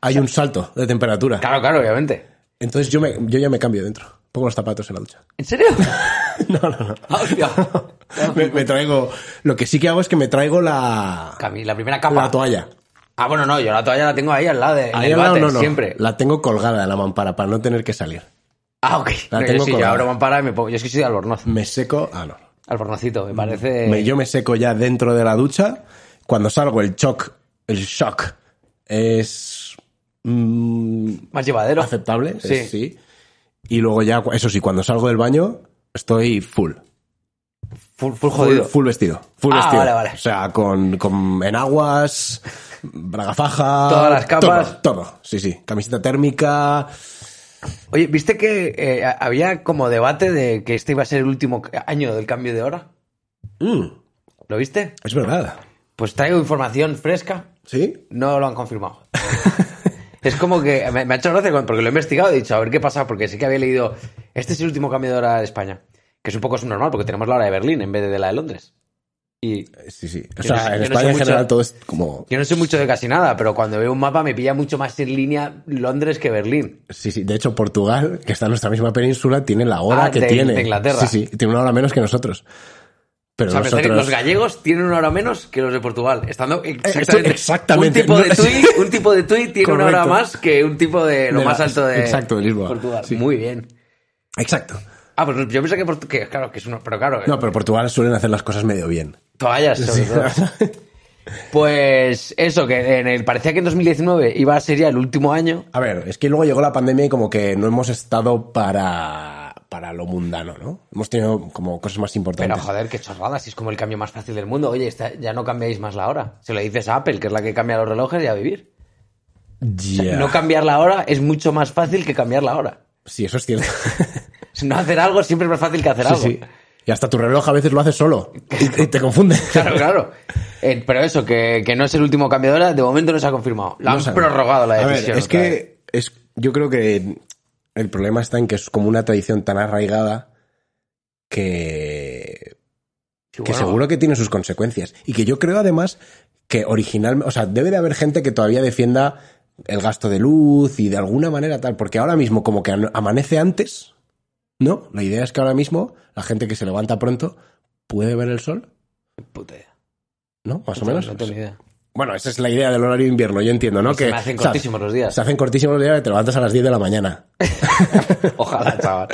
hay un salto de temperatura.
Claro, claro, obviamente.
Entonces yo, me, yo ya me cambio dentro. Pongo los zapatos en la ducha.
¿En serio?
[laughs] No, no, no.
Ah, [laughs] hostia.
Me, me traigo. Lo que sí que hago es que me traigo la,
Cami, la primera capa.
la toalla.
Ah, bueno, no, yo la toalla la tengo ahí al lado de en
Ahí
el
al lado,
váter,
no, no.
siempre.
La tengo colgada en la mampara para no tener que salir.
Ah, ok.
la
No,
tengo
yo sí, yo
colgada.
abro mampara y me pongo. Yo es que soy de albornoz.
Me seco. Ah, no.
Albornocito, me parece.
Mm, Me- yo me seco ya dentro de la ducha. Cuando salgo, el shock. El shock es. mm,
Más llevadero.
aceptable.
Sí.
es- sí. Y luego ya, cu- eso sí, cuando salgo del baño, estoy full.
Full, full
Full,
jodido.
full vestido. Full
Ah,
vestido.
vale, vale.
O sea, con, con enaguas, bragafaja.
Todas las capas.
Todo, todo. Sí, sí. Camiseta térmica.
Oye, ¿viste que eh, a- había como debate de que este iba a ser el último año del cambio de hora?
Mm,
¿Lo viste?
es verdad.
Pues traigo información fresca.
¿Sí?
No lo han confirmado. es como que me, me ha hecho gracia cuando- porque lo he investigado y he dicho, a ver qué pasa, porque sí que había leído, este es el último cambio de hora de España, que es un poco subnormal porque tenemos la hora de Berlín en vez de, la de Londres. Y
Sí, sí. O
Yo no
sea,
sé-
en
yo no sé
España en
mucho-
general todo es como.
yo no sé mucho de casi nada, pero cuando veo un mapa me pilla mucho más en línea Londres que Berlín.
Sí, sí. De hecho, Portugal, que está en nuestra misma península, tiene la hora
Ah,
que
de-
tiene.
de Inglaterra.
Sí, sí. Tiene una hora menos que nosotros. Pero
O sea, me parece que
nosotros.
los gallegos tienen una hora menos que los de Portugal, estando
estoy-
exactamente,
exactamente.
un tipo de
No- [laughs]
tuit, un tipo de tuit tiene una hora
Correcto.
más que un tipo de lo
De la-
más alto de
exacto, de Lisboa.
Portugal.
Sí.
Muy bien.
Exacto.
Ah, pues yo pensé que, Portu- que claro, que es uno, pero claro,
No, pero Portugal suelen hacer las cosas medio bien.
Toallas, sobre todo. Pues eso, que en el, parecía que en 2019 iba a ser ya el último año.
A ver, es que luego llegó la pandemia y como que no hemos estado para, para lo mundano, ¿no? Hemos tenido como cosas más
Pero
importantes.
joder, qué chorrada, si es como el cambio más fácil del mundo. Oye, esta- ya no cambiáis más la hora. Se lo dices a Apple, que es la que cambia los relojes y a vivir.
Ya.
No cambiar la hora es mucho más fácil que cambiar la hora.
Sí, eso es
[laughs]
cierto.
Si No hacer algo siempre es más fácil que hacer
sí,
algo.
sí. Y hasta tu reloj a veces lo hace solo. Y, y te
[laughs]
confunde.
Claro, claro. Eh, pero eso, que, que no es el último cambio de hora, de momento no se ha confirmado. La
No
han
sabe.
prorrogado la
A ver,
decisión.
es
otra vez.
que es, yo creo que el problema está en que es como una tradición tan arraigada que
Sí,
Que
bueno,
seguro que tiene sus consecuencias. Y que yo creo además que originalmente, o sea, debe de haber gente que todavía defienda el gasto de luz y de alguna manera tal, porque ahora mismo como que an- amanece antes, No, la idea es que ahora mismo la gente que se levanta pronto puede ver el sol,
Puta idea.
¿no? Más o
No,
menos.
Pues No tengo ni idea.
Bueno, esa es la idea del horario invierno, yo entiendo, ¿no?
Y se
que
me hacen
o sea,
cortísimos los días.
Se hacen cortísimos los días y te levantas a las 10 de la mañana.
Ojalá, chaval.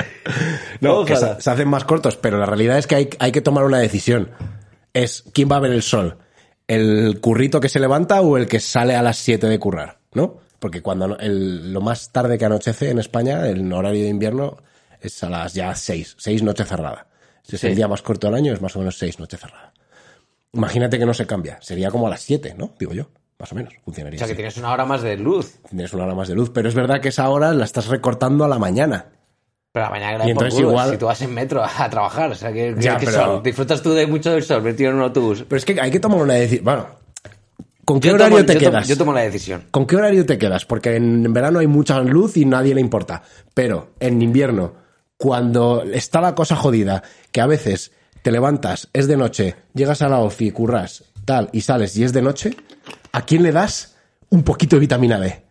No, que
Ojalá.
se, se hacen más cortos, pero la realidad es que hay, hay que tomar una decisión. Es quién va a ver el sol, el currito que se levanta o el que sale a las 7 de currar, ¿no? Porque cuando ano- el- lo más tarde que anochece en España, el horario de invierno es a las ya 6, 6 noche cerrada. Si es el
Sí.
día más corto del año, es más o menos 6 noche cerrada. Imagínate que no se cambia, sería como a las 7, ¿no? Digo yo, más o menos, funcionaría.
O sea, que
así.
tienes una hora más de luz.
Tienes una hora más de luz, pero es verdad que esa hora la estás recortando a la mañana.
Pero la mañana que la
Y
doy por
entonces
culo,
igual-
si tú vas en metro a, a trabajar, o sea, que, que-
Ya,
que
pero-
sol, disfrutas tú de mucho del sol metido en un autobús.
Pero es que hay que tomar una decisión. Bueno, ¿con qué
Yo
horario
tomo-
te
yo tomo-
quedas?
yo tomo la decisión.
¿Con qué horario te quedas? Porque en verano hay mucha luz y nadie le importa. Pero en invierno, cuando está la cosa jodida, que a veces te levantas, es de noche, llegas a la ofi, curras, tal, y sales y es de noche, ¿a quién le das un poquito de vitamina D?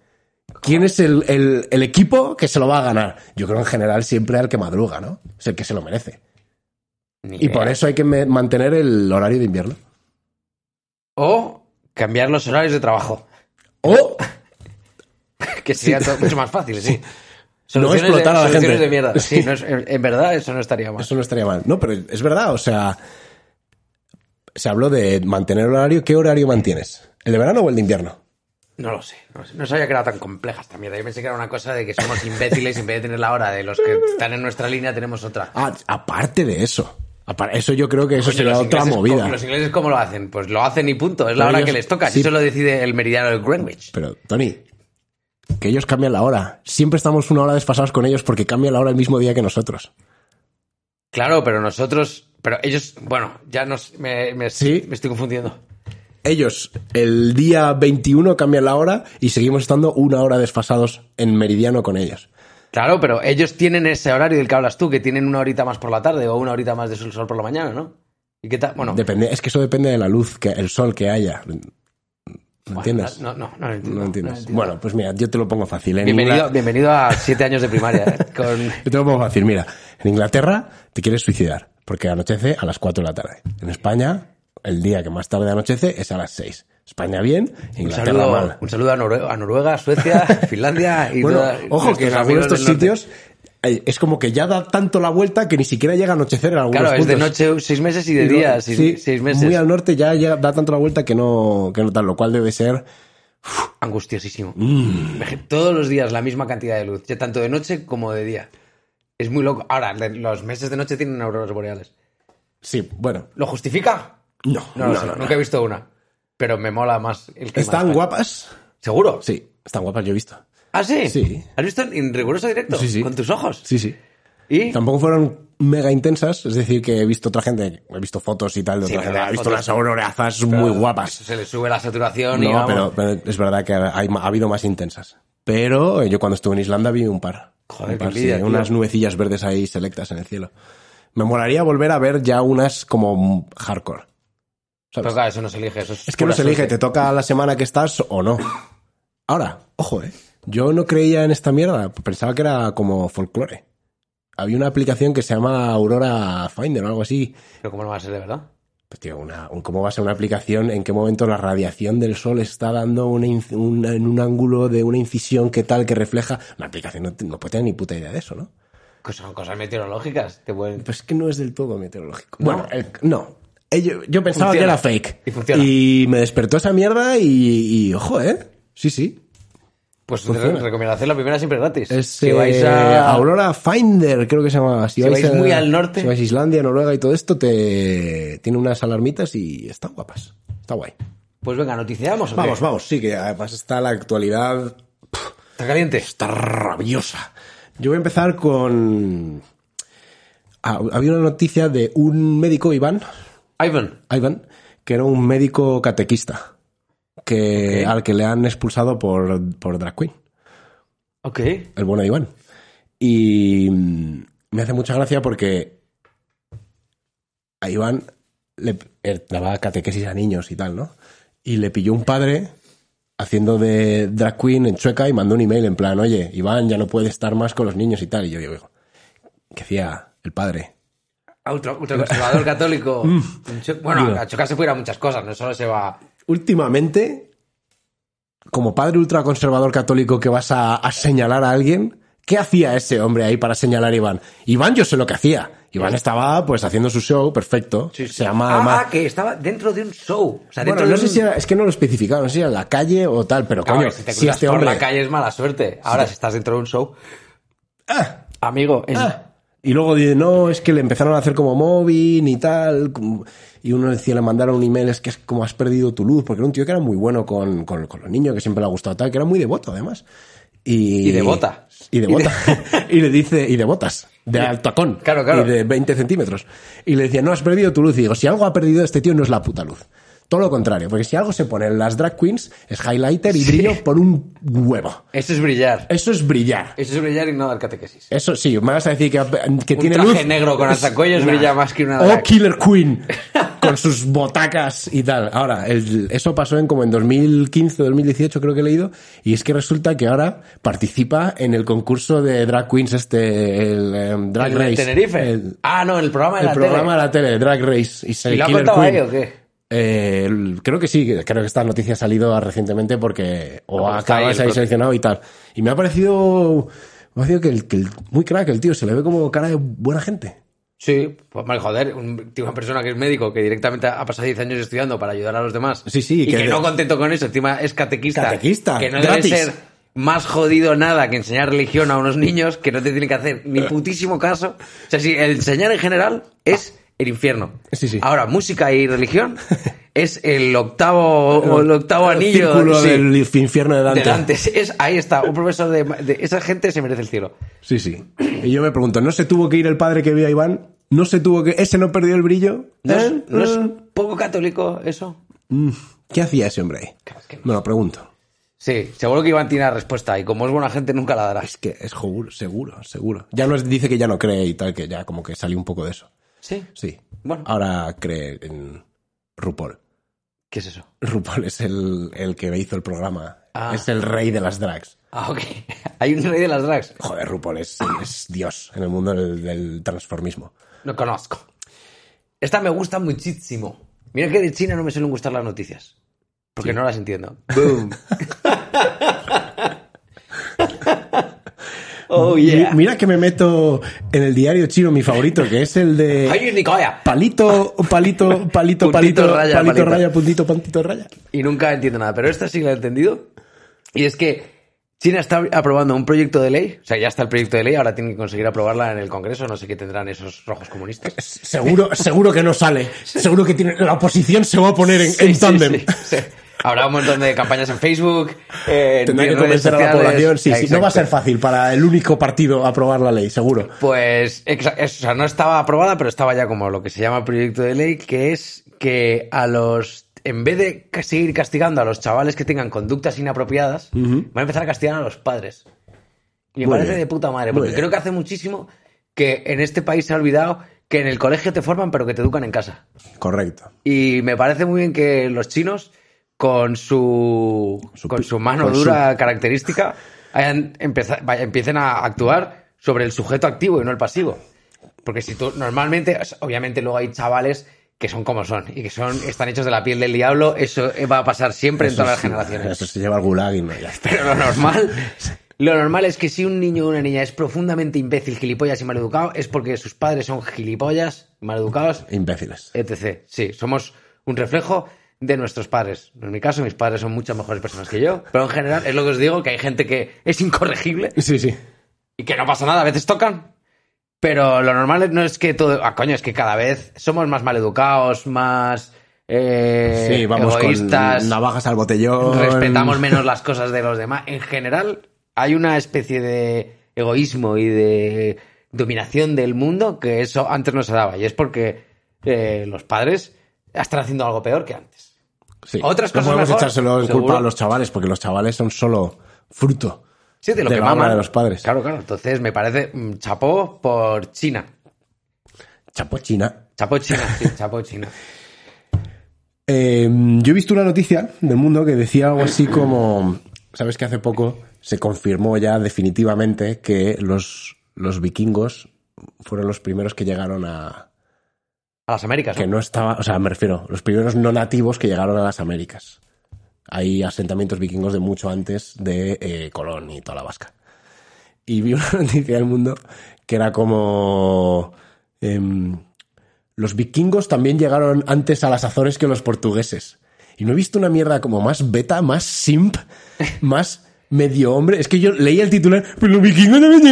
¿Quién es el, el- el equipo que se lo va a ganar? Yo creo en general siempre al que madruga, ¿no? Es el que se lo merece.
Ni
Y
idea.
por e- eso hay que me- mantener el horario de invierno.
O cambiar los horarios de trabajo. [laughs]
O
Que sería todo mucho más fácil, sí.
No explotar
de,
a la
soluciones
gente.
de mierda.
[laughs]
Sí, no es- en, en verdad eso no estaría mal.
Eso no estaría mal. No, pero es verdad, o sea, se habló de mantener horario. ¿Qué horario mantienes? ¿El de verano o el de invierno?
No lo sé. No, lo sé. No sabía que era tan compleja esta mierda. Yo pensé que era una cosa de que somos imbéciles y en vez de tener la hora de los que están en nuestra línea tenemos otra.
Ah, aparte de eso. Apar- Eso yo creo que eso
Coño,
será
los
otra
ingleses,
movida.
¿cómo- ¿Los ingleses cómo lo hacen? Pues lo hacen y punto. Es la
Pero
hora
ellos-
que les toca.
sí.
Si eso lo decide el meridiano de Greenwich.
Pero, Tony, que ellos cambian la hora. Siempre estamos una hora desfasados con ellos porque cambian la hora el mismo día que nosotros.
Claro, pero nosotros... Pero ellos... Bueno, ya nos... Me, me-
Sí.
me estoy confundiendo.
Ellos el día 21 cambian la hora y seguimos estando una hora desfasados en meridiano con ellos.
Claro, pero ellos tienen ese horario del que hablas tú, que tienen una horita más por la tarde o una horita más de sol sol por la mañana, ¿no? ¿Y qué tal? Bueno,
Depende, es que eso depende de la luz, que, el sol que haya. ¿Lo entiendes?
No, no, no lo entiendo.
No entiendes.
entiendo.
bueno, pues mira, yo te lo pongo fácil. En
bienvenido,
Ingla-
bienvenido a siete años de primaria. eh, con...
Yo te lo pongo fácil. Mira, en Inglaterra te quieres suicidar porque anochece a las 4 de la tarde. En España, el día que más tarde anochece es a las 6. España bien,
Un
Inglaterra
saludo,
mal.
un saludo a, Norue- a
[laughs]
Noruega, Suecia, Finlandia y
Bueno,
toda-
ojo que en algunos
nuestros
de
amigos
estos
del norte.
sitios eh, es como que ya da tanto la vuelta que ni siquiera llega a anochecer en algunos
Claro, es de
puntos.
noche seis meses y
Y
de
luego-
día seis,
sí,
seis meses.
Muy al norte ya, ya da tanto la vuelta que no, que no tal, lo cual debe ser
Angustiosísimo.
Mm.
Veje- Todos los días la misma cantidad de luz, ya tanto de noche como de día. Es muy loco. Ahora, de- los meses de noche tienen auroras boreales.
Sí, bueno.
¿Lo justifica?
No,
No, lo sé, nunca he visto una. Pero me mola más el clima.
¿Están
España.
guapas?
¿Seguro?
Sí, están guapas, yo he visto.
¿Ah, sí?
Sí.
¿Has visto en- en riguroso directo?
Sí, sí.
Con tus ojos.
Sí, sí.
¿Y?
Tampoco fueron mega intensas, es decir, que he visto otra gente, he visto fotos y tal de
Sí,
otra
pero
gente,
las
he visto
fotos-
unas aurorazas muy guapas.
Se le sube la saturación y
No,
vamos.
pero, pero es verdad que hay, ha habido más intensas. Pero yo cuando estuve en Islanda vi un par.
Joder,
Un par,
qué envidia, tío.
unas nubecillas verdes ahí selectas en el cielo. Me molaría volver a ver ya unas como hardcore.
Pero claro, eso no se elige. Eso es,
Es que no
pura
se elige,
suerte.
te toca la semana que estás o no. [coughs] Ahora, ojo, eh. Yo no creía en esta mierda, pensaba que era como folclore. Había una aplicación que se llama Aurora Finder o algo así.
Pero ¿cómo no va a ser de verdad?
Pues tío, una, un- ¿cómo va a ser una aplicación? ¿En qué momento la radiación del sol está dando una, inc- una- en un ángulo de una incisión que tal que refleja? Una aplicación no, te- no puede tener ni puta idea de eso, ¿no?
Que son cosas meteorológicas. Te pueden...
Pues es que no es del todo meteorológico. Bueno, el- no. Eh, Yo, yo pensaba
Funciona.
que era fake.
Y funciona.
Y me despertó esa mierda y, y ojo, ¿eh? Sí, sí.
Pues te
funciona.
re- recomiendo hacer la primera siempre gratis.
Es
si
eh,
vais a...
Aurora Finder, creo que se llama. Si,
vais muy al norte.
Si vais a Islandia, Noruega y todo esto, te tiene unas alarmitas y están guapas. Está guay.
Pues venga, noticiamos. ¿o qué?
Vamos, vamos, sí, que además está la actualidad,
Está caliente.
está rabiosa. Yo voy a empezar con... Ah, había una noticia de un médico, Iván, ah,
Ivan.
Iván, que era un médico catequista, que,
Ok.
al que le han expulsado por, por drag queen.
Ok.
el bueno de Iván. Y mm, me hace mucha gracia porque a Iván le él daba catequesis a niños y tal, ¿no? Y le pilló un padre haciendo de drag queen en Chueca y mandó un email en plan, oye, Iván ya no puede estar más con los niños y tal. Y yo digo, que hacía el padre.
Ah, Ultra,
[laughs]
ultraconservador católico. Un cho- bueno,
Mm. Digo.
a chocar se puede ir a muchas cosas, no solo se va.
Últimamente, como padre ultraconservador católico que vas a, a señalar a alguien, ¿qué hacía ese hombre ahí para señalar a Iván? Iván yo sé lo que hacía. Iván estaba pues haciendo su show, perfecto. Se llama...
Ah,
Ma-
ah, que estaba dentro de un show. O sea,
Bueno,
dentro
no
de
sé
un...
si era, es que no lo especificaron, no sé si era en la calle o tal, pero
Claro,
coño,
si te
si
cruzas
este
por
hombre...
la calle es mala suerte. Ahora, si estás dentro de un show.
Ah.
Amigo, en-
Y luego dice, no, es que le empezaron a hacer como mobbing y tal. como- Y uno decía, le mandaron un email, es que es como has perdido tu luz, porque era un tío que era muy bueno con, con, con los niños, que siempre le ha gustado tal, que era muy devoto además. Y,
Y devota.
Y
[laughs]
devota. y le dice, y de botas, de alto tacón.
Claro, claro.
Y de 20 centímetros. Y le decía, no, has perdido tu luz. Y digo, si algo ha perdido este tío no es la puta luz. Todo lo contrario, porque si algo se pone en las drag queens es highlighter y brillo por un huevo.
eso es brillar.
Eso es brillar.
Eso es brillar y no dar catequesis.
Eso sí, me vas a decir que, que
Un
tiene
traje
luz.
negro con alzacuellos brilla más que una
O
drag.
Killer
[laughs]
Queen con sus botacas y tal. Ahora, el- eso pasó en como en 2015, 2018 creo que he leído. Y es que resulta que ahora participa en el concurso de Drag Queens este, el em, Drag
¿El de
Race.
Tenerife?
El,
ah, no, el programa de
el
la
programa de
tele.
la tele, Drag Race. Y, se-
¿Y lo ha
Killer
contado
Queen.
ahí o qué?
Eh, el- creo que sí, que- creo que esta noticia ha salido recientemente porque o
No, porque está
acaba
ahí
de
el
ser
pro-
seleccionado y tal. Y me ha parecido, me ha parecido que, el, que el- muy crack el tío, se le ve como cara de buena gente.
Sí, pues mal joder, un, tío, una persona que es médico, que directamente ha pasado 10 años estudiando para ayudar a los demás.
Sí, sí,
Y
que
que,
de-
no contento con eso, encima es catequista.
Catequista,
Que no
gratis.
debe ser más jodido nada que enseñar religión a unos niños que no te tienen que hacer ni putísimo caso. O sea, si el enseñar en general es el infierno.
Sí, sí.
Ahora, música y
[laughs]
religión es el octavo, o el octavo Ah, anillo.
Círculo
sí,
del infierno de Dante.
de Dante. Es, ahí está, un profesor de, de- Esa gente se merece el cielo.
Sí, sí. Y yo me pregunto, ¿no se tuvo que ir el padre que vio a Iván? ¿No se tuvo que... ¿Ese no perdió el brillo?
¿No es-
¿Eh?
no es
¿Eh?
poco católico eso?
Mm. ¿Qué hacía ese hombre ahí?
Claro, es que no.
Me lo pregunto.
Sí, seguro que Iván tiene la respuesta y como es buena gente nunca la dará.
Es que es seguro, seguro, seguro. Ya no es- dice que ya no cree y tal, que ya como que salió un poco de eso.
Sí. Ah,
Sí.
Bueno.
Ahora cree en RuPaul.
¿Qué es eso?
RuPaul es el, el que hizo el programa.
Ah.
Es el rey de las drags.
Ah, ok. [laughs] Hay un rey de las drags.
Joder, RuPaul es, es Dios en el mundo del, del transformismo.
No conozco. Esta me gusta muchísimo. Mira que de China no me suelen gustar las noticias. Porque no las entiendo. Boom. [laughs] oh, yeah.
Mi- Mira que me meto en el diario chino, mi favorito, que es el de
Ay, Nicoya.
palito, palito, palito, palito,
Puntito, raya,
palito,
palito.
raya, puntito, puntito, raya.
y nunca entiendo nada, pero esta sí la he entendido. Y es que China está aprobando un proyecto de ley, o sea, ya está el proyecto de ley, ahora tienen que conseguir aprobarla en el Congreso, no sé qué tendrán esos rojos comunistas.
Seguro, seguro que no sale. Seguro que tiene, la oposición se va a poner en,
Sí,
en
sí,
tándem.
sí, sí. Habrá un montón de campañas en Facebook. eh, en
Tendrá que
redes
convencer a la
sociales.
población. Sí, sí, no va a
Exacto.
ser fácil para el único partido aprobar la ley, seguro.
Pues, exa- es- o sea, no estaba aprobada, pero estaba ya como lo que se llama proyecto de ley, que es que a los, en vez de ca- seguir castigando a los chavales que tengan conductas inapropiadas, van a empezar a castigar a los padres. Y me
Muy
parece
bien.
de puta madre,
Muy
porque
bien.
creo que hace muchísimo que en este país se ha olvidado que en el colegio te forman, pero que te educan en casa.
Correcto.
Y me parece muy bien que los chinos, con su,
Su
con
pi-
su mano
con
dura característica, hayan empeza- vaya- empiecen a actuar sobre el sujeto activo y no el pasivo. Porque si tú normalmente, o sea, obviamente luego hay chavales que son como son y que son están hechos de la piel del diablo, eso eh, va a pasar siempre en
Eso
todas las
sí,
generaciones.
Eso se lleva al gulag y no, ya está.
Pero lo
[laughs]
normal, lo normal es que si un niño o una niña es profundamente imbécil, gilipollas y maleducado, es porque sus padres son gilipollas, maleducados
Imbéciles.
etc. Sí, somos un reflejo de nuestros padres. En mi caso, mis padres son muchas mejores personas que yo, pero en general es lo que os digo, que hay gente que es incorregible
Sí, sí.
y que no pasa nada, a veces tocan. Pero lo normal no es que todo... Ah, coño, es que cada vez somos más maleducados, más eh,
Sí, vamos
egoístas,
con navajas al botellón.
respetamos menos las cosas de los demás. En general, hay una especie de egoísmo y de dominación del mundo que eso antes no se daba. Y es porque eh, los padres están haciendo algo peor que antes.
Sí.
Otras
no
cosas
podemos
mejor,
echárselo en
seguro.
culpa a los chavales, porque los chavales son solo fruto
Sí, de lo que
la obra
maman.
de los padres.
Claro, claro. Entonces me parece mm, chapó por China.
Chapo China.
Chapó China, sí, chapó China.
Eh, yo he visto una noticia del mundo que decía algo así como, sabes que hace poco se confirmó ya definitivamente que los, los vikingos fueron los primeros que llegaron a...
A las Américas.
Que
¿no?
no estaba, o sea, me refiero, los primeros no nativos que llegaron a las Américas. Hay asentamientos vikingos de mucho antes de eh, Colón y toda la vasca. Y vi [laughs] una noticia del mundo que era como... em, los vikingos también llegaron antes a las Azores que los portugueses. Y no he visto una mierda como más beta, más
[laughs]
simp, más medio hombre. Es que yo leí el titular, pero los vikingos también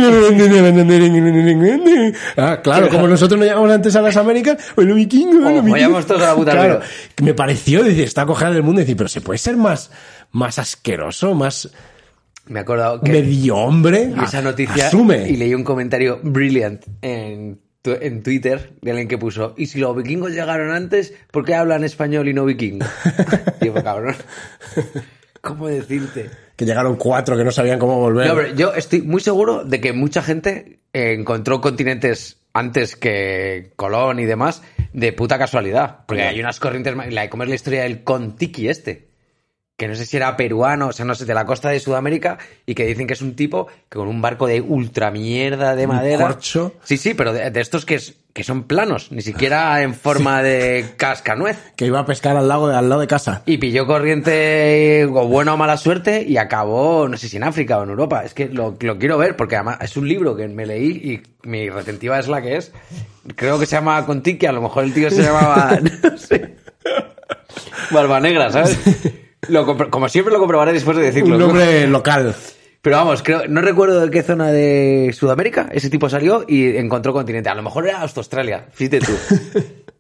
llegaron". [laughs] Ah, claro, como nosotros no llegamos antes a las Américas, pues los vikingos,
Como
los vikingos.
vayamos todos a la puta
Claro,
mierda.
me pareció, dice, está cojada del mundo, decir, pero se puede ser más, más asqueroso, más
Me he acordado que
medio hombre.
vi esa noticia
Asume.
y leí un comentario brilliant en, tu- en Twitter de alguien que puso ¿Y si los vikingos llegaron antes, por qué hablan español y no vikingo? [laughs] Digo, cabrón. [laughs] ¿Cómo decirte?
Que llegaron cuatro que no sabían cómo volver.
No, pero yo estoy muy seguro de que mucha gente eh, encontró continentes antes que Colón y demás de puta casualidad. Porque hay unas corrientes... ma- La, ¿Cómo es la historia del Contiki este? Que no sé si era peruano, o sea, no sé, de la costa de Sudamérica y que dicen que es un tipo que con un barco de ultramierda de madera...
corcho.
Sí, sí, pero de, de estos que, es- que son planos,
[laughs]
ni siquiera en forma de cascanuez.
Que iba a pescar al lago de, al lado de casa.
Y pilló corriente eh, o buena o mala suerte y acabó, no sé si en África o en Europa. Es que lo, lo quiero ver porque además es un libro que me leí y mi retentiva es la que es. Creo que se llama Contiki, a lo mejor el tío se llamaba, [laughs] no sé, Barba Negra, ¿sabes? Lo compro- como siempre lo comprobaré después de decirlo.
Un nombre local.
Pero vamos, creo, no recuerdo de qué zona de Sudamérica ese tipo salió y encontró continente. A lo mejor era hasta Australia,
[laughs]
fíjate tú.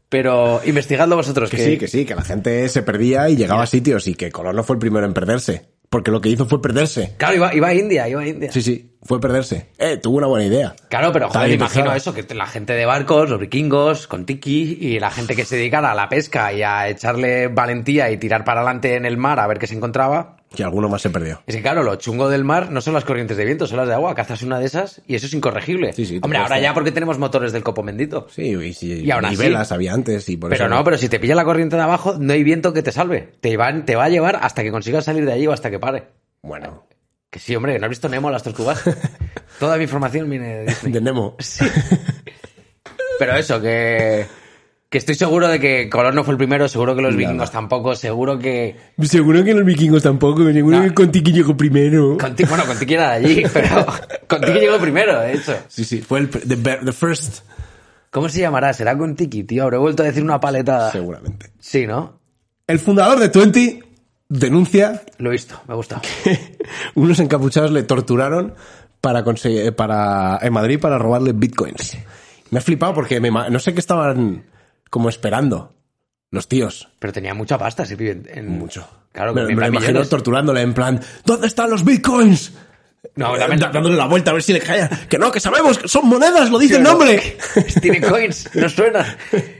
Pero investigadlo vosotros.
Que sí, que sí, que la gente se perdía y llegaba a sitios y que Colón no fue el primero en perderse. Porque lo que hizo fue perderse.
Claro, iba, iba a India, iba a India.
Sí, sí, fue perderse. Eh, tuvo una buena idea.
Claro, pero
Está
joder,
bien
imagino
pensada.
eso, que la gente de barcos, los vikingos, con tiki, y la gente que se dedicara a la pesca y a echarle valentía y tirar para adelante en el mar a ver qué se encontraba.
Y alguno más se perdió.
Es que claro, lo chungo del mar no son las corrientes de viento, son las de agua. Cazas una de esas y eso es incorregible.
Sí, sí, te
Hombre,
cuesta.
ahora ya porque tenemos motores del copo bendito.
Sí, y, si,
Y aún
y
así-
velas había antes y por
Pero
eso-
no, pero si te pilla la corriente de abajo, no hay viento que te salve. Te, van, te va a llevar hasta que consigas salir de allí o hasta que pare.
Bueno,
Que sí, hombre, que no has visto Nemo,
[laughs]
las tortugas. Toda mi información viene de Disney.
de
[laughs]
Nemo.
Pero eso, que, que estoy seguro de que Colón no fue el primero, seguro que los vikingos tampoco, seguro que...
Seguro que los vikingos tampoco, seguro
No.
que Contiki llegó primero.
Conti, bueno, Contiki era de allí, [laughs] pero Contiki llegó primero, de hecho.
Sí, sí, fue el pr- the, ver- the first,
¿Cómo se llamará? ¿Será Contiki, tío? Habré vuelto a decir una paletada.
seguramente.
Sí, ¿no?
El fundador de Twenty denuncia
Lo he visto, me gusta.
[laughs] unos encapuchados le torturaron para conseguir eh, para en Madrid para robarle bitcoins. Me ha flipado porque me ma- no sé qué estaban como esperando los tíos.
Pero tenía mucha pasta ese pibe en... en-
Mucho.
Claro,
me,
con mil
me lo imagino
millones.
torturándole en plan, ¿dónde están los bitcoins?
No,
Eh,
dame-
da- dándole la vuelta a ver si le caía. Que no, que sabemos, que son monedas, lo dice el
Claro.
nombre.
Tiene coins, no suena.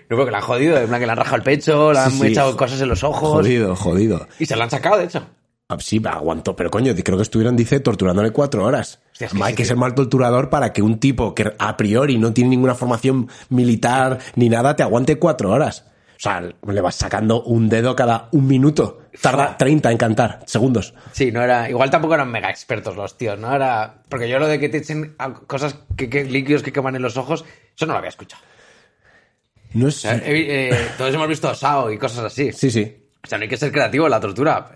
No, porque la han jodido, en plan que le han rajado el pecho, le han
Sí, sí.
echado cosas en los
[laughs]
ojos.
Jodido, jodido.
Y se lo han sacado, de hecho.
Ah, Sí, aguantó, pero coño, creo que estuvieron, dice, torturándole cuatro horas.
Hostia, es que
Además, hay
sí,
que
tío.
ser mal torturador para que un tipo que a priori no tiene ninguna formación militar ni nada te aguante cuatro horas. O sea, le vas sacando un dedo cada un minuto. Tarda 30 en cantar, segundos.
Sí, no era. Igual tampoco eran mega expertos los tíos, ¿no? Era. Porque yo lo de que te echen a- cosas que, que- líquidos que queman en los ojos, eso no lo había escuchado.
No
O
es...
sea, he vi- eh, todos hemos visto Sao y cosas así.
Sí, sí.
O sea, no hay que ser creativo en la tortura.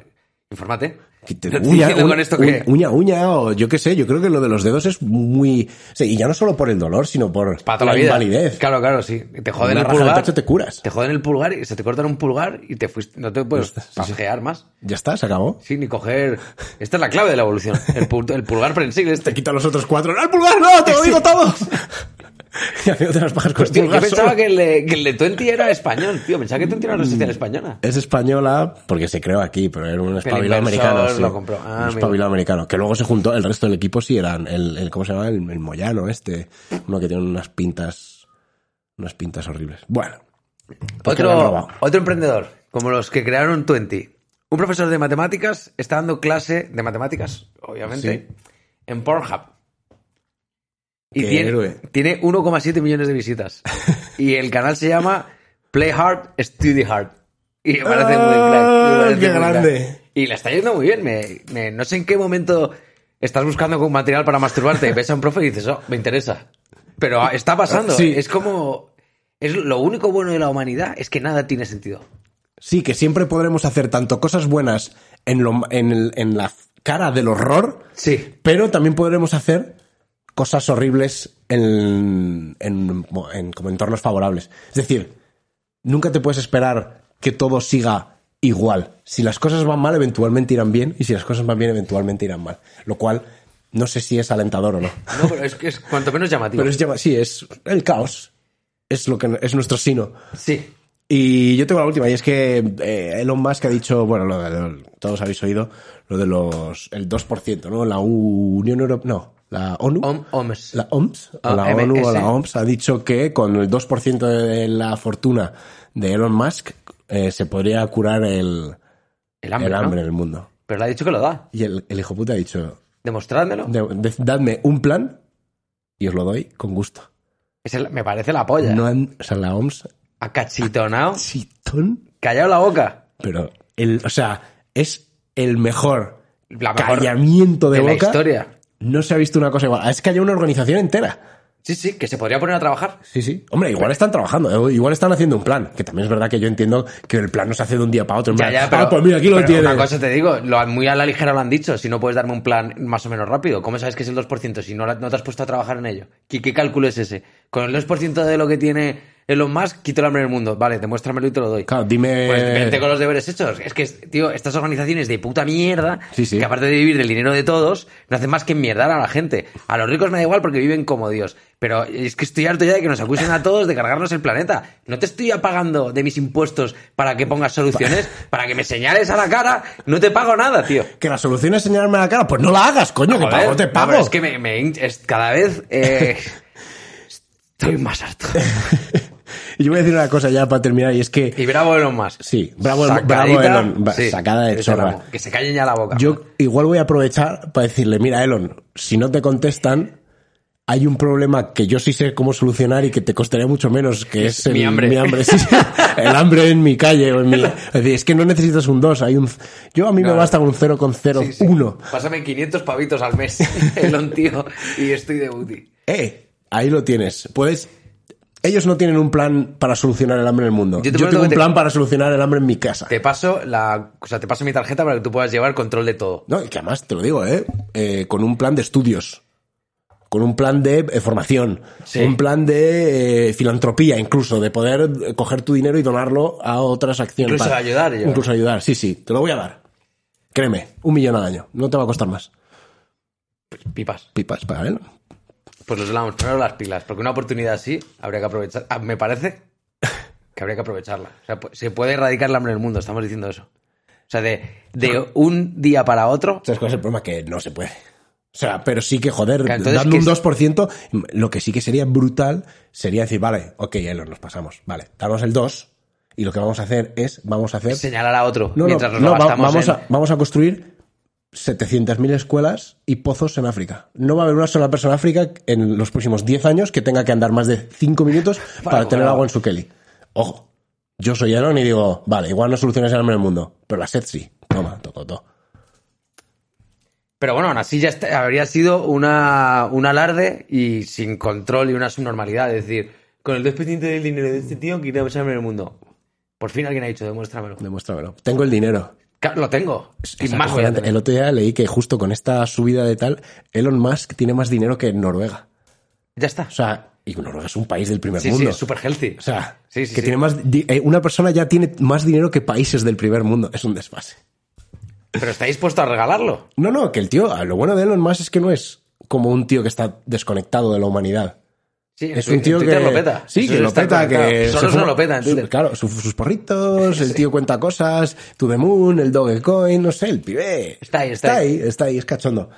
Infórmate.
Que te-
No estoy
uña,
diciendo
uña,
con esto
uña,
que.
uña, uña, o yo qué sé, yo creo que lo de los dedos es muy... sí, y ya no solo por el dolor, sino por
para toda la, vida.
invalidez.
Claro, claro, sí. Te joden
Una
el
raja del
pulgar.
pecho te curas.
Te joden el pulgar y se te cortan un pulgar y te fuiste. No te puedes pasear más.
Ya está, se acabó.
Sí, ni coger. Esta es la clave de la evolución. El, pu- el pulgar prensil este.
Te quita los otros cuatro. ¡No, el pulgar no! ¡Te lo digo todo! [laughs] y haciéndote las pajas con el
Tío, yo
pulgar
pensaba
solo.
que el, de, que el de Twenty era español, tío. Pensaba que Twenty era una red social española.
Es española porque se creó aquí, pero era un espabilado
inversor
americano. sí.
lo compró. Ah,
un
amigo.
espabilado americano. Que luego se juntó, el resto del equipo sí eran. El, el- ¿Cómo se llama? El, el Moyano este. Uno que tiene unas pintas. Unas pintas horribles. Bueno. porque lo han robado.
Otro, otro emprendedor, como los que crearon Twenty. Un profesor de matemáticas está dando clase de matemáticas, obviamente, en Pornhub. Y
Qué
tiene,
héroe.
tiene 1,7 millones
[laughs]
de visitas. y el canal se llama Play Hard, Study Hard. Y me parece muy
Ah,
crack. me parece
qué
muy crack.
grande.
Y la está yendo muy bien. Me, me- no [laughs] sé en qué momento estás buscando con material para masturbarte. Ves a un profe y dices, oh, me interesa. Pero está pasando.
Sí.
Es como. Es lo único bueno de la humanidad es que nada tiene sentido.
Sí, que siempre podremos hacer tanto cosas buenas en, lo- en el- en la cara del horror,
Sí.
pero también podremos hacer cosas horribles en, en- en- como entornos favorables. Es decir, nunca te puedes esperar que todo siga igual. Si las cosas van mal, eventualmente irán bien, y si las cosas van bien, eventualmente irán mal. Lo cual no sé si es alentador o no.
No, pero es que es cuanto menos llamativo.
Pero es llama- sí, es el caos. Es lo que es nuestro sino.
Sí.
Y yo tengo la última, y es que eh, Elon Musk ha dicho, bueno, lo de- todos habéis oído, lo de los, el 2%, ¿no? La Unión Europea, no, la ONU.
Om- OMS.
La OMS, o
Ah,
la
MS.
ONU o la OMS ha dicho que con el 2% de la fortuna de Elon Musk eh, se podría curar el,
El hambre.
el hambre
¿no?
en el mundo.
Pero le ha dicho que lo da.
Y el, el hijo puta ha dicho,
Demostrádmelo.
"De- de- dadme un plan y os lo doy con gusto.
Es el- me parece la polla.
No han, o sea, la OMS,
Acachitonao.
chitón,
Callado la boca.
Pero, el, o sea, es el mejor
La mejor
callamiento de,
de la
boca.
historia.
No se ha visto una cosa igual. Es que hay una organización entera.
Sí, sí, que se podría poner a trabajar.
Sí, sí. Hombre, igual están trabajando, eh, igual están haciendo un plan. Que también es verdad que yo entiendo que el plan no se hace de un día para otro. En
Ya,
plan,
ya,
"Ah,
pero,
pues mira, aquí lo
pero
tienes.
Una cosa te digo, lo- muy a la ligera lo han dicho. Si no puedes darme un plan más o menos rápido, ¿cómo sabes que es el 2% si no, la- no te has puesto a trabajar en ello? ¿Qué, qué cálculo es ese? Con el 2% de lo que tiene Elon Musk, quito el hambre del mundo. Vale, demuéstramelo y te lo doy.
Claro, dime.
Pues vente con los deberes hechos. Es que, tío, estas organizaciones de puta mierda,
Sí, sí.
que aparte de vivir del dinero de todos, no hacen más que enmierdar a la gente. A los ricos me da igual porque viven como Dios. Pero es que estoy harto ya de que nos acusen a todos de cargarnos el planeta. No te estoy apagando de mis impuestos para que
[laughs]
pongas soluciones, para que me señales a la cara. No te pago nada, tío.
Que la solución es señalarme la cara. Pues no la hagas, coño, que
Joder,
pago te
no,
pago.
pero es que me, me hin- es- cada vez eh, estoy más harto.
[laughs] Y yo voy a decir una cosa ya para terminar, y es que.
Y bravo Elon Musk.
Sí, bravo- bravo
Sacadita,
Elon. Va- sacada de
ese
chorra.
bravo. Que se callen ya la boca.
Yo igual voy a aprovechar para decirle, mira, Elon, si no te contestan, hay un problema que yo sí sé cómo solucionar y que te costaría mucho menos, que es, el,
mi hambre. [laughs]
sí, sí. el hambre en mi calle o en mi... Es decir, es que no necesitas un 2, hay un... Yo a mí me
Claro.
basta con un 0,01.
Sí, sí. Pásame 500 pavitos al mes, [laughs] Elon, tío, y estoy de booty.
Eh, ahí lo tienes. Puedes... Ellos no tienen un plan para solucionar el hambre en el mundo.
Yo
Yo,
te prometo
tengo
que
un
te-
plan para solucionar el hambre en mi casa.
Te paso la, o sea, te paso mi tarjeta para que tú puedas llevar control de todo.
No, y que además te lo digo, ¿eh? Eh, con un plan de estudios, con un plan de eh, formación,
Sí.
un plan de eh, filantropía, incluso, de poder eh, coger tu dinero y donarlo a otras acciones.
Incluso ayudar, yo.
Incluso ayudar, sí, sí, te lo voy a dar. Créeme, un millón al año, no te va a costar más.
Pipas.
Pipas para él.
Pues los vamos primero las pilas, porque una oportunidad así habría que aprovechar. ah, me parece que habría que aprovecharla. O sea, pu- se puede erradicar el hambre en el mundo, estamos diciendo eso. O sea, de, de un día para otro.
¿Sabes cuál es el problema? Que no se puede. O sea, pero sí que, joder,
Claro, entonces,
dando un
¿qué es?
2%, lo que sí que sería brutal sería decir, vale, ok, Elon, nos pasamos. Vale, damos el 2 y lo que vamos a hacer es, vamos a hacer...
Señalar a otro
No, no,
mientras nos
no,
lo
va-
gastamos.
vamos,
en-
a, vamos a construir 700.000 escuelas y pozos en África. No va a haber una sola persona en África en los próximos 10 años que tenga que andar más de 5
[laughs]
minutos para,
coger
tener
agua.
agua en su Kelly. Ojo, yo soy Elon y digo, vale, igual no soluciones el hambre del mundo, pero la sed sí. Toma, todo, todo.
Pero bueno, aún así ya está- habría sido una, un alarde y sin control y una subnormalidad. Es decir, con el 2% del dinero de este tío quitamos hambre en el mundo. Por fin alguien ha dicho, demuéstramelo.
Demuéstramelo. Tengo el dinero.
Claro, lo tengo. Y
Es
más voy a
acojonante.
tener.
el otro día leí que justo con esta subida de tal, Elon Musk tiene más dinero que Noruega.
Ya está.
O sea, y Noruega es un país del primer
Sí, sí,
mundo.
es super healthy.
O sea,
Sí, sí,
que
sí.
tiene más di- eh, una persona ya tiene más dinero que países del primer mundo. Es un desfase.
Pero está dispuesto a regalarlo.
No, no, que el tío, ah, lo bueno de Elon Musk es que no es como un tío que está desconectado de la humanidad.
Sí, en
Es
Twi-
un tío
en Twitter
que
lo peta.
Sí,
Eso
que lo
está
peta, que
conectado.
se
Soros
fuma-
no lo peta en
su-
Twitter.
Claro, su- sus porritos,
[laughs]
el tío cuenta cosas, To the Moon, el Dogecoin, no sé, el pibe.
Está ahí, está
ahí, está ahí, es cachondo.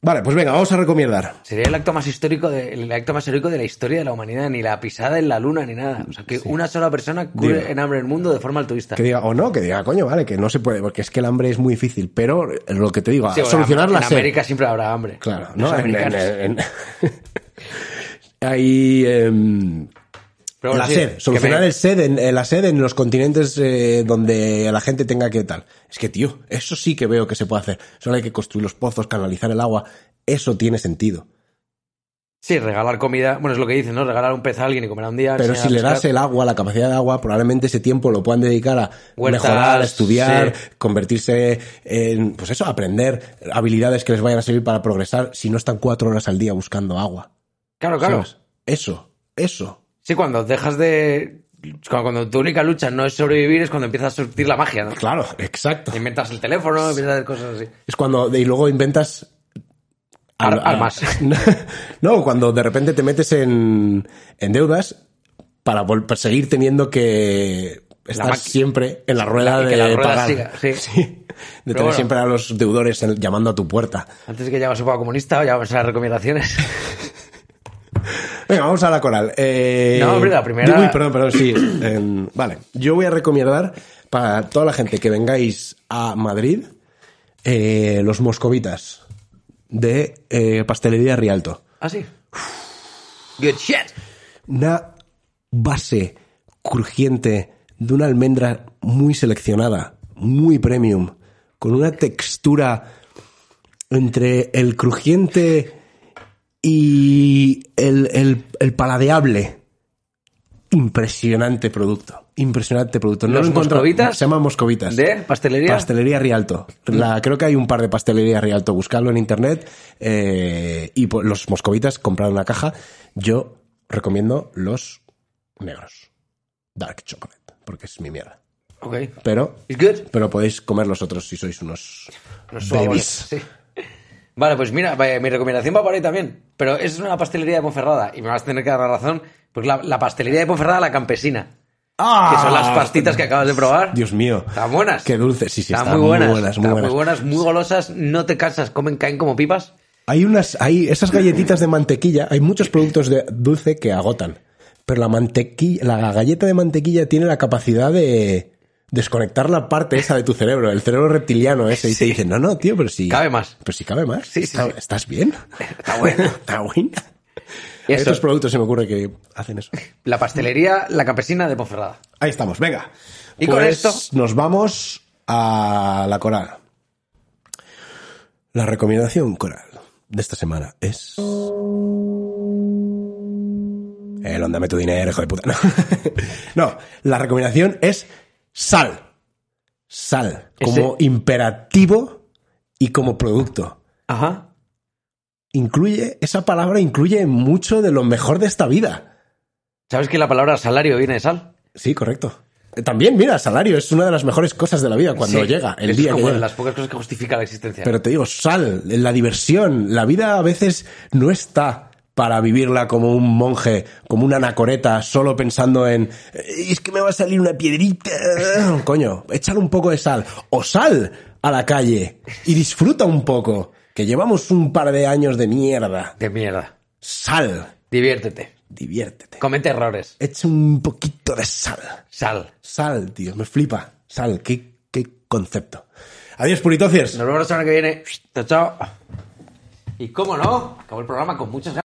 Vale, pues venga, vamos a recomendar.
Sería el acto más histórico de, el acto más heroico de la historia de la humanidad, ni la pisada en la luna ni nada. O sea, que una sola persona cure
Digo.
en hambre en el mundo de forma altruista.
Que diga, o no, que diga, coño, vale, que no se puede, porque es que el hambre es muy difícil, pero lo que te digo,
Sí, bueno,
solucionar la
en
sed.
América siempre habrá hambre.
Claro,
Los
¿no? En- en-
americanos.
en- [laughs] Hay em,
Pero bueno,
la
sí, que
sed,
me-
solucionar el sed en, eh, la sed en los continentes eh, donde la gente tenga que tal. Es que, tío, eso sí que veo que se puede hacer. Solo hay que construir los pozos, canalizar el agua. Eso tiene sentido.
Sí, regalar comida, bueno, es lo que dicen, ¿no? Regalar un pez a alguien y comer un día.
Pero si
enseñar a
le das
pescar.
el agua, la capacidad de agua, probablemente ese tiempo lo puedan dedicar a
Huertas,
mejorar, a estudiar,
sí.
convertirse en, pues eso, aprender habilidades que les vayan a servir para progresar si no están cuatro horas al día buscando agua.
Claro, claro.
¿Sabes? Eso, eso.
Sí, cuando dejas de... Cuando, cuando tu única lucha no es sobrevivir es cuando empiezas a surtir la magia, ¿no?
Claro, exacto.
Inventas el teléfono, empiezas a hacer cosas así.
Es cuando, y luego inventas...
Ar-
al- a-
armas.
[laughs] no, cuando de repente te metes en, en deudas para, vol- para seguir teniendo que estar
maqui-
siempre en la rueda
y
de
que la rueda
pagar.
siga, sí.
de tener
bueno.
siempre a los deudores en- llamando a tu puerta.
Antes de que ya a poco comunista, ya vamos a las recomendaciones. [laughs]
Venga, vamos a la coral. Eh,
No, hombre, la primera-
uy, perdón, perdón, sí. eh, vale, yo voy a recomendar para toda la gente que vengáis a Madrid eh, los moscovitas de eh, Pastelería Rialto.
¿Ah, sí? Good shit.
Una base crujiente de una almendra muy seleccionada, muy premium, con una textura entre el crujiente y el, el- el paladeable. Impresionante producto. Impresionante producto.
¿Los
lo he encontrado.
moscovitas?
Se llaman moscovitas.
¿De pastelería?
Pastelería Rialto. La, creo que hay un par de pastelería Rialto. Buscadlo en internet. eh, y pues, los moscovitas, comprad una caja. Yo recomiendo los negros. Dark chocolate. Porque es mi mierda.
Ok.
Pero,
It's good.
pero podéis comer los otros si sois unos,
Los
babies.
suaves, sí. Vale, pues mira, vaya, mi recomendación va por ahí también. Pero es una pastelería de Ponferrada. Y me vas a tener que dar la razón. Porque la, la pastelería de Ponferrada, la campesina.
¡Ah!
Que son las pastitas que acabas de probar.
Dios mío.
Están buenas.
Qué dulces, sí, sí,
Están,
están
muy buenas.
muy buenas, muy
están
buenas.
muy buenas, muy golosas. No te cansas, comen, caen como pipas.
Hay unas, hay esas galletitas de mantequilla, hay muchos productos de dulce que agotan. Pero la mantequilla, la galleta de mantequilla tiene la capacidad de desconectar la parte esa de tu cerebro, el cerebro reptiliano ese, y te dicen, no, no, tío, pero si
Cabe más.
Pero si cabe más.
Sí, sí,
Está-
sí.
¿Estás bien?
Está
[laughs]
bueno.
Está buena.
Y eso,
Estos productos se me ocurre que hacen eso.
la pastelería, la campesina de Ponferrada.
Ahí estamos, venga.
Y con
Pues
esto-
nos vamos a la coral. La recomendación coral de esta semana es. El ondame tu dinero, hijo de puta. No. [laughs] No, la recomendación es sal. Sal. Como imperativo y como producto.
Ajá.
Incluye, esa palabra incluye mucho de lo mejor de esta vida.
¿Sabes que la palabra salario viene de sal?
Sí, correcto. Eh, También, mira, salario es una de las mejores cosas de la vida cuando
Sí.
llega el
Es
día que
como de
llega.
las pocas cosas que justifica la existencia.
Pero te digo, sal, la diversión, la vida a veces no está para vivirla como un monje, como una anacoreta, solo pensando en "Eh, es que me va a salir una
[laughs]
piedrita. Coño, échale un poco de sal. O sal a la calle y disfruta un poco, que llevamos un par de años de mierda.
De mierda.
Sal,
Diviértete.
diviértete.
Comete errores.
Echa un poquito de sal.
Sal.
Sal, tío, me flipa. Sal, qué, qué concepto. Adiós, puritociers.
Nos vemos la semana que viene. Chao, chao. Y cómo no, acabó el programa con muchas ganas.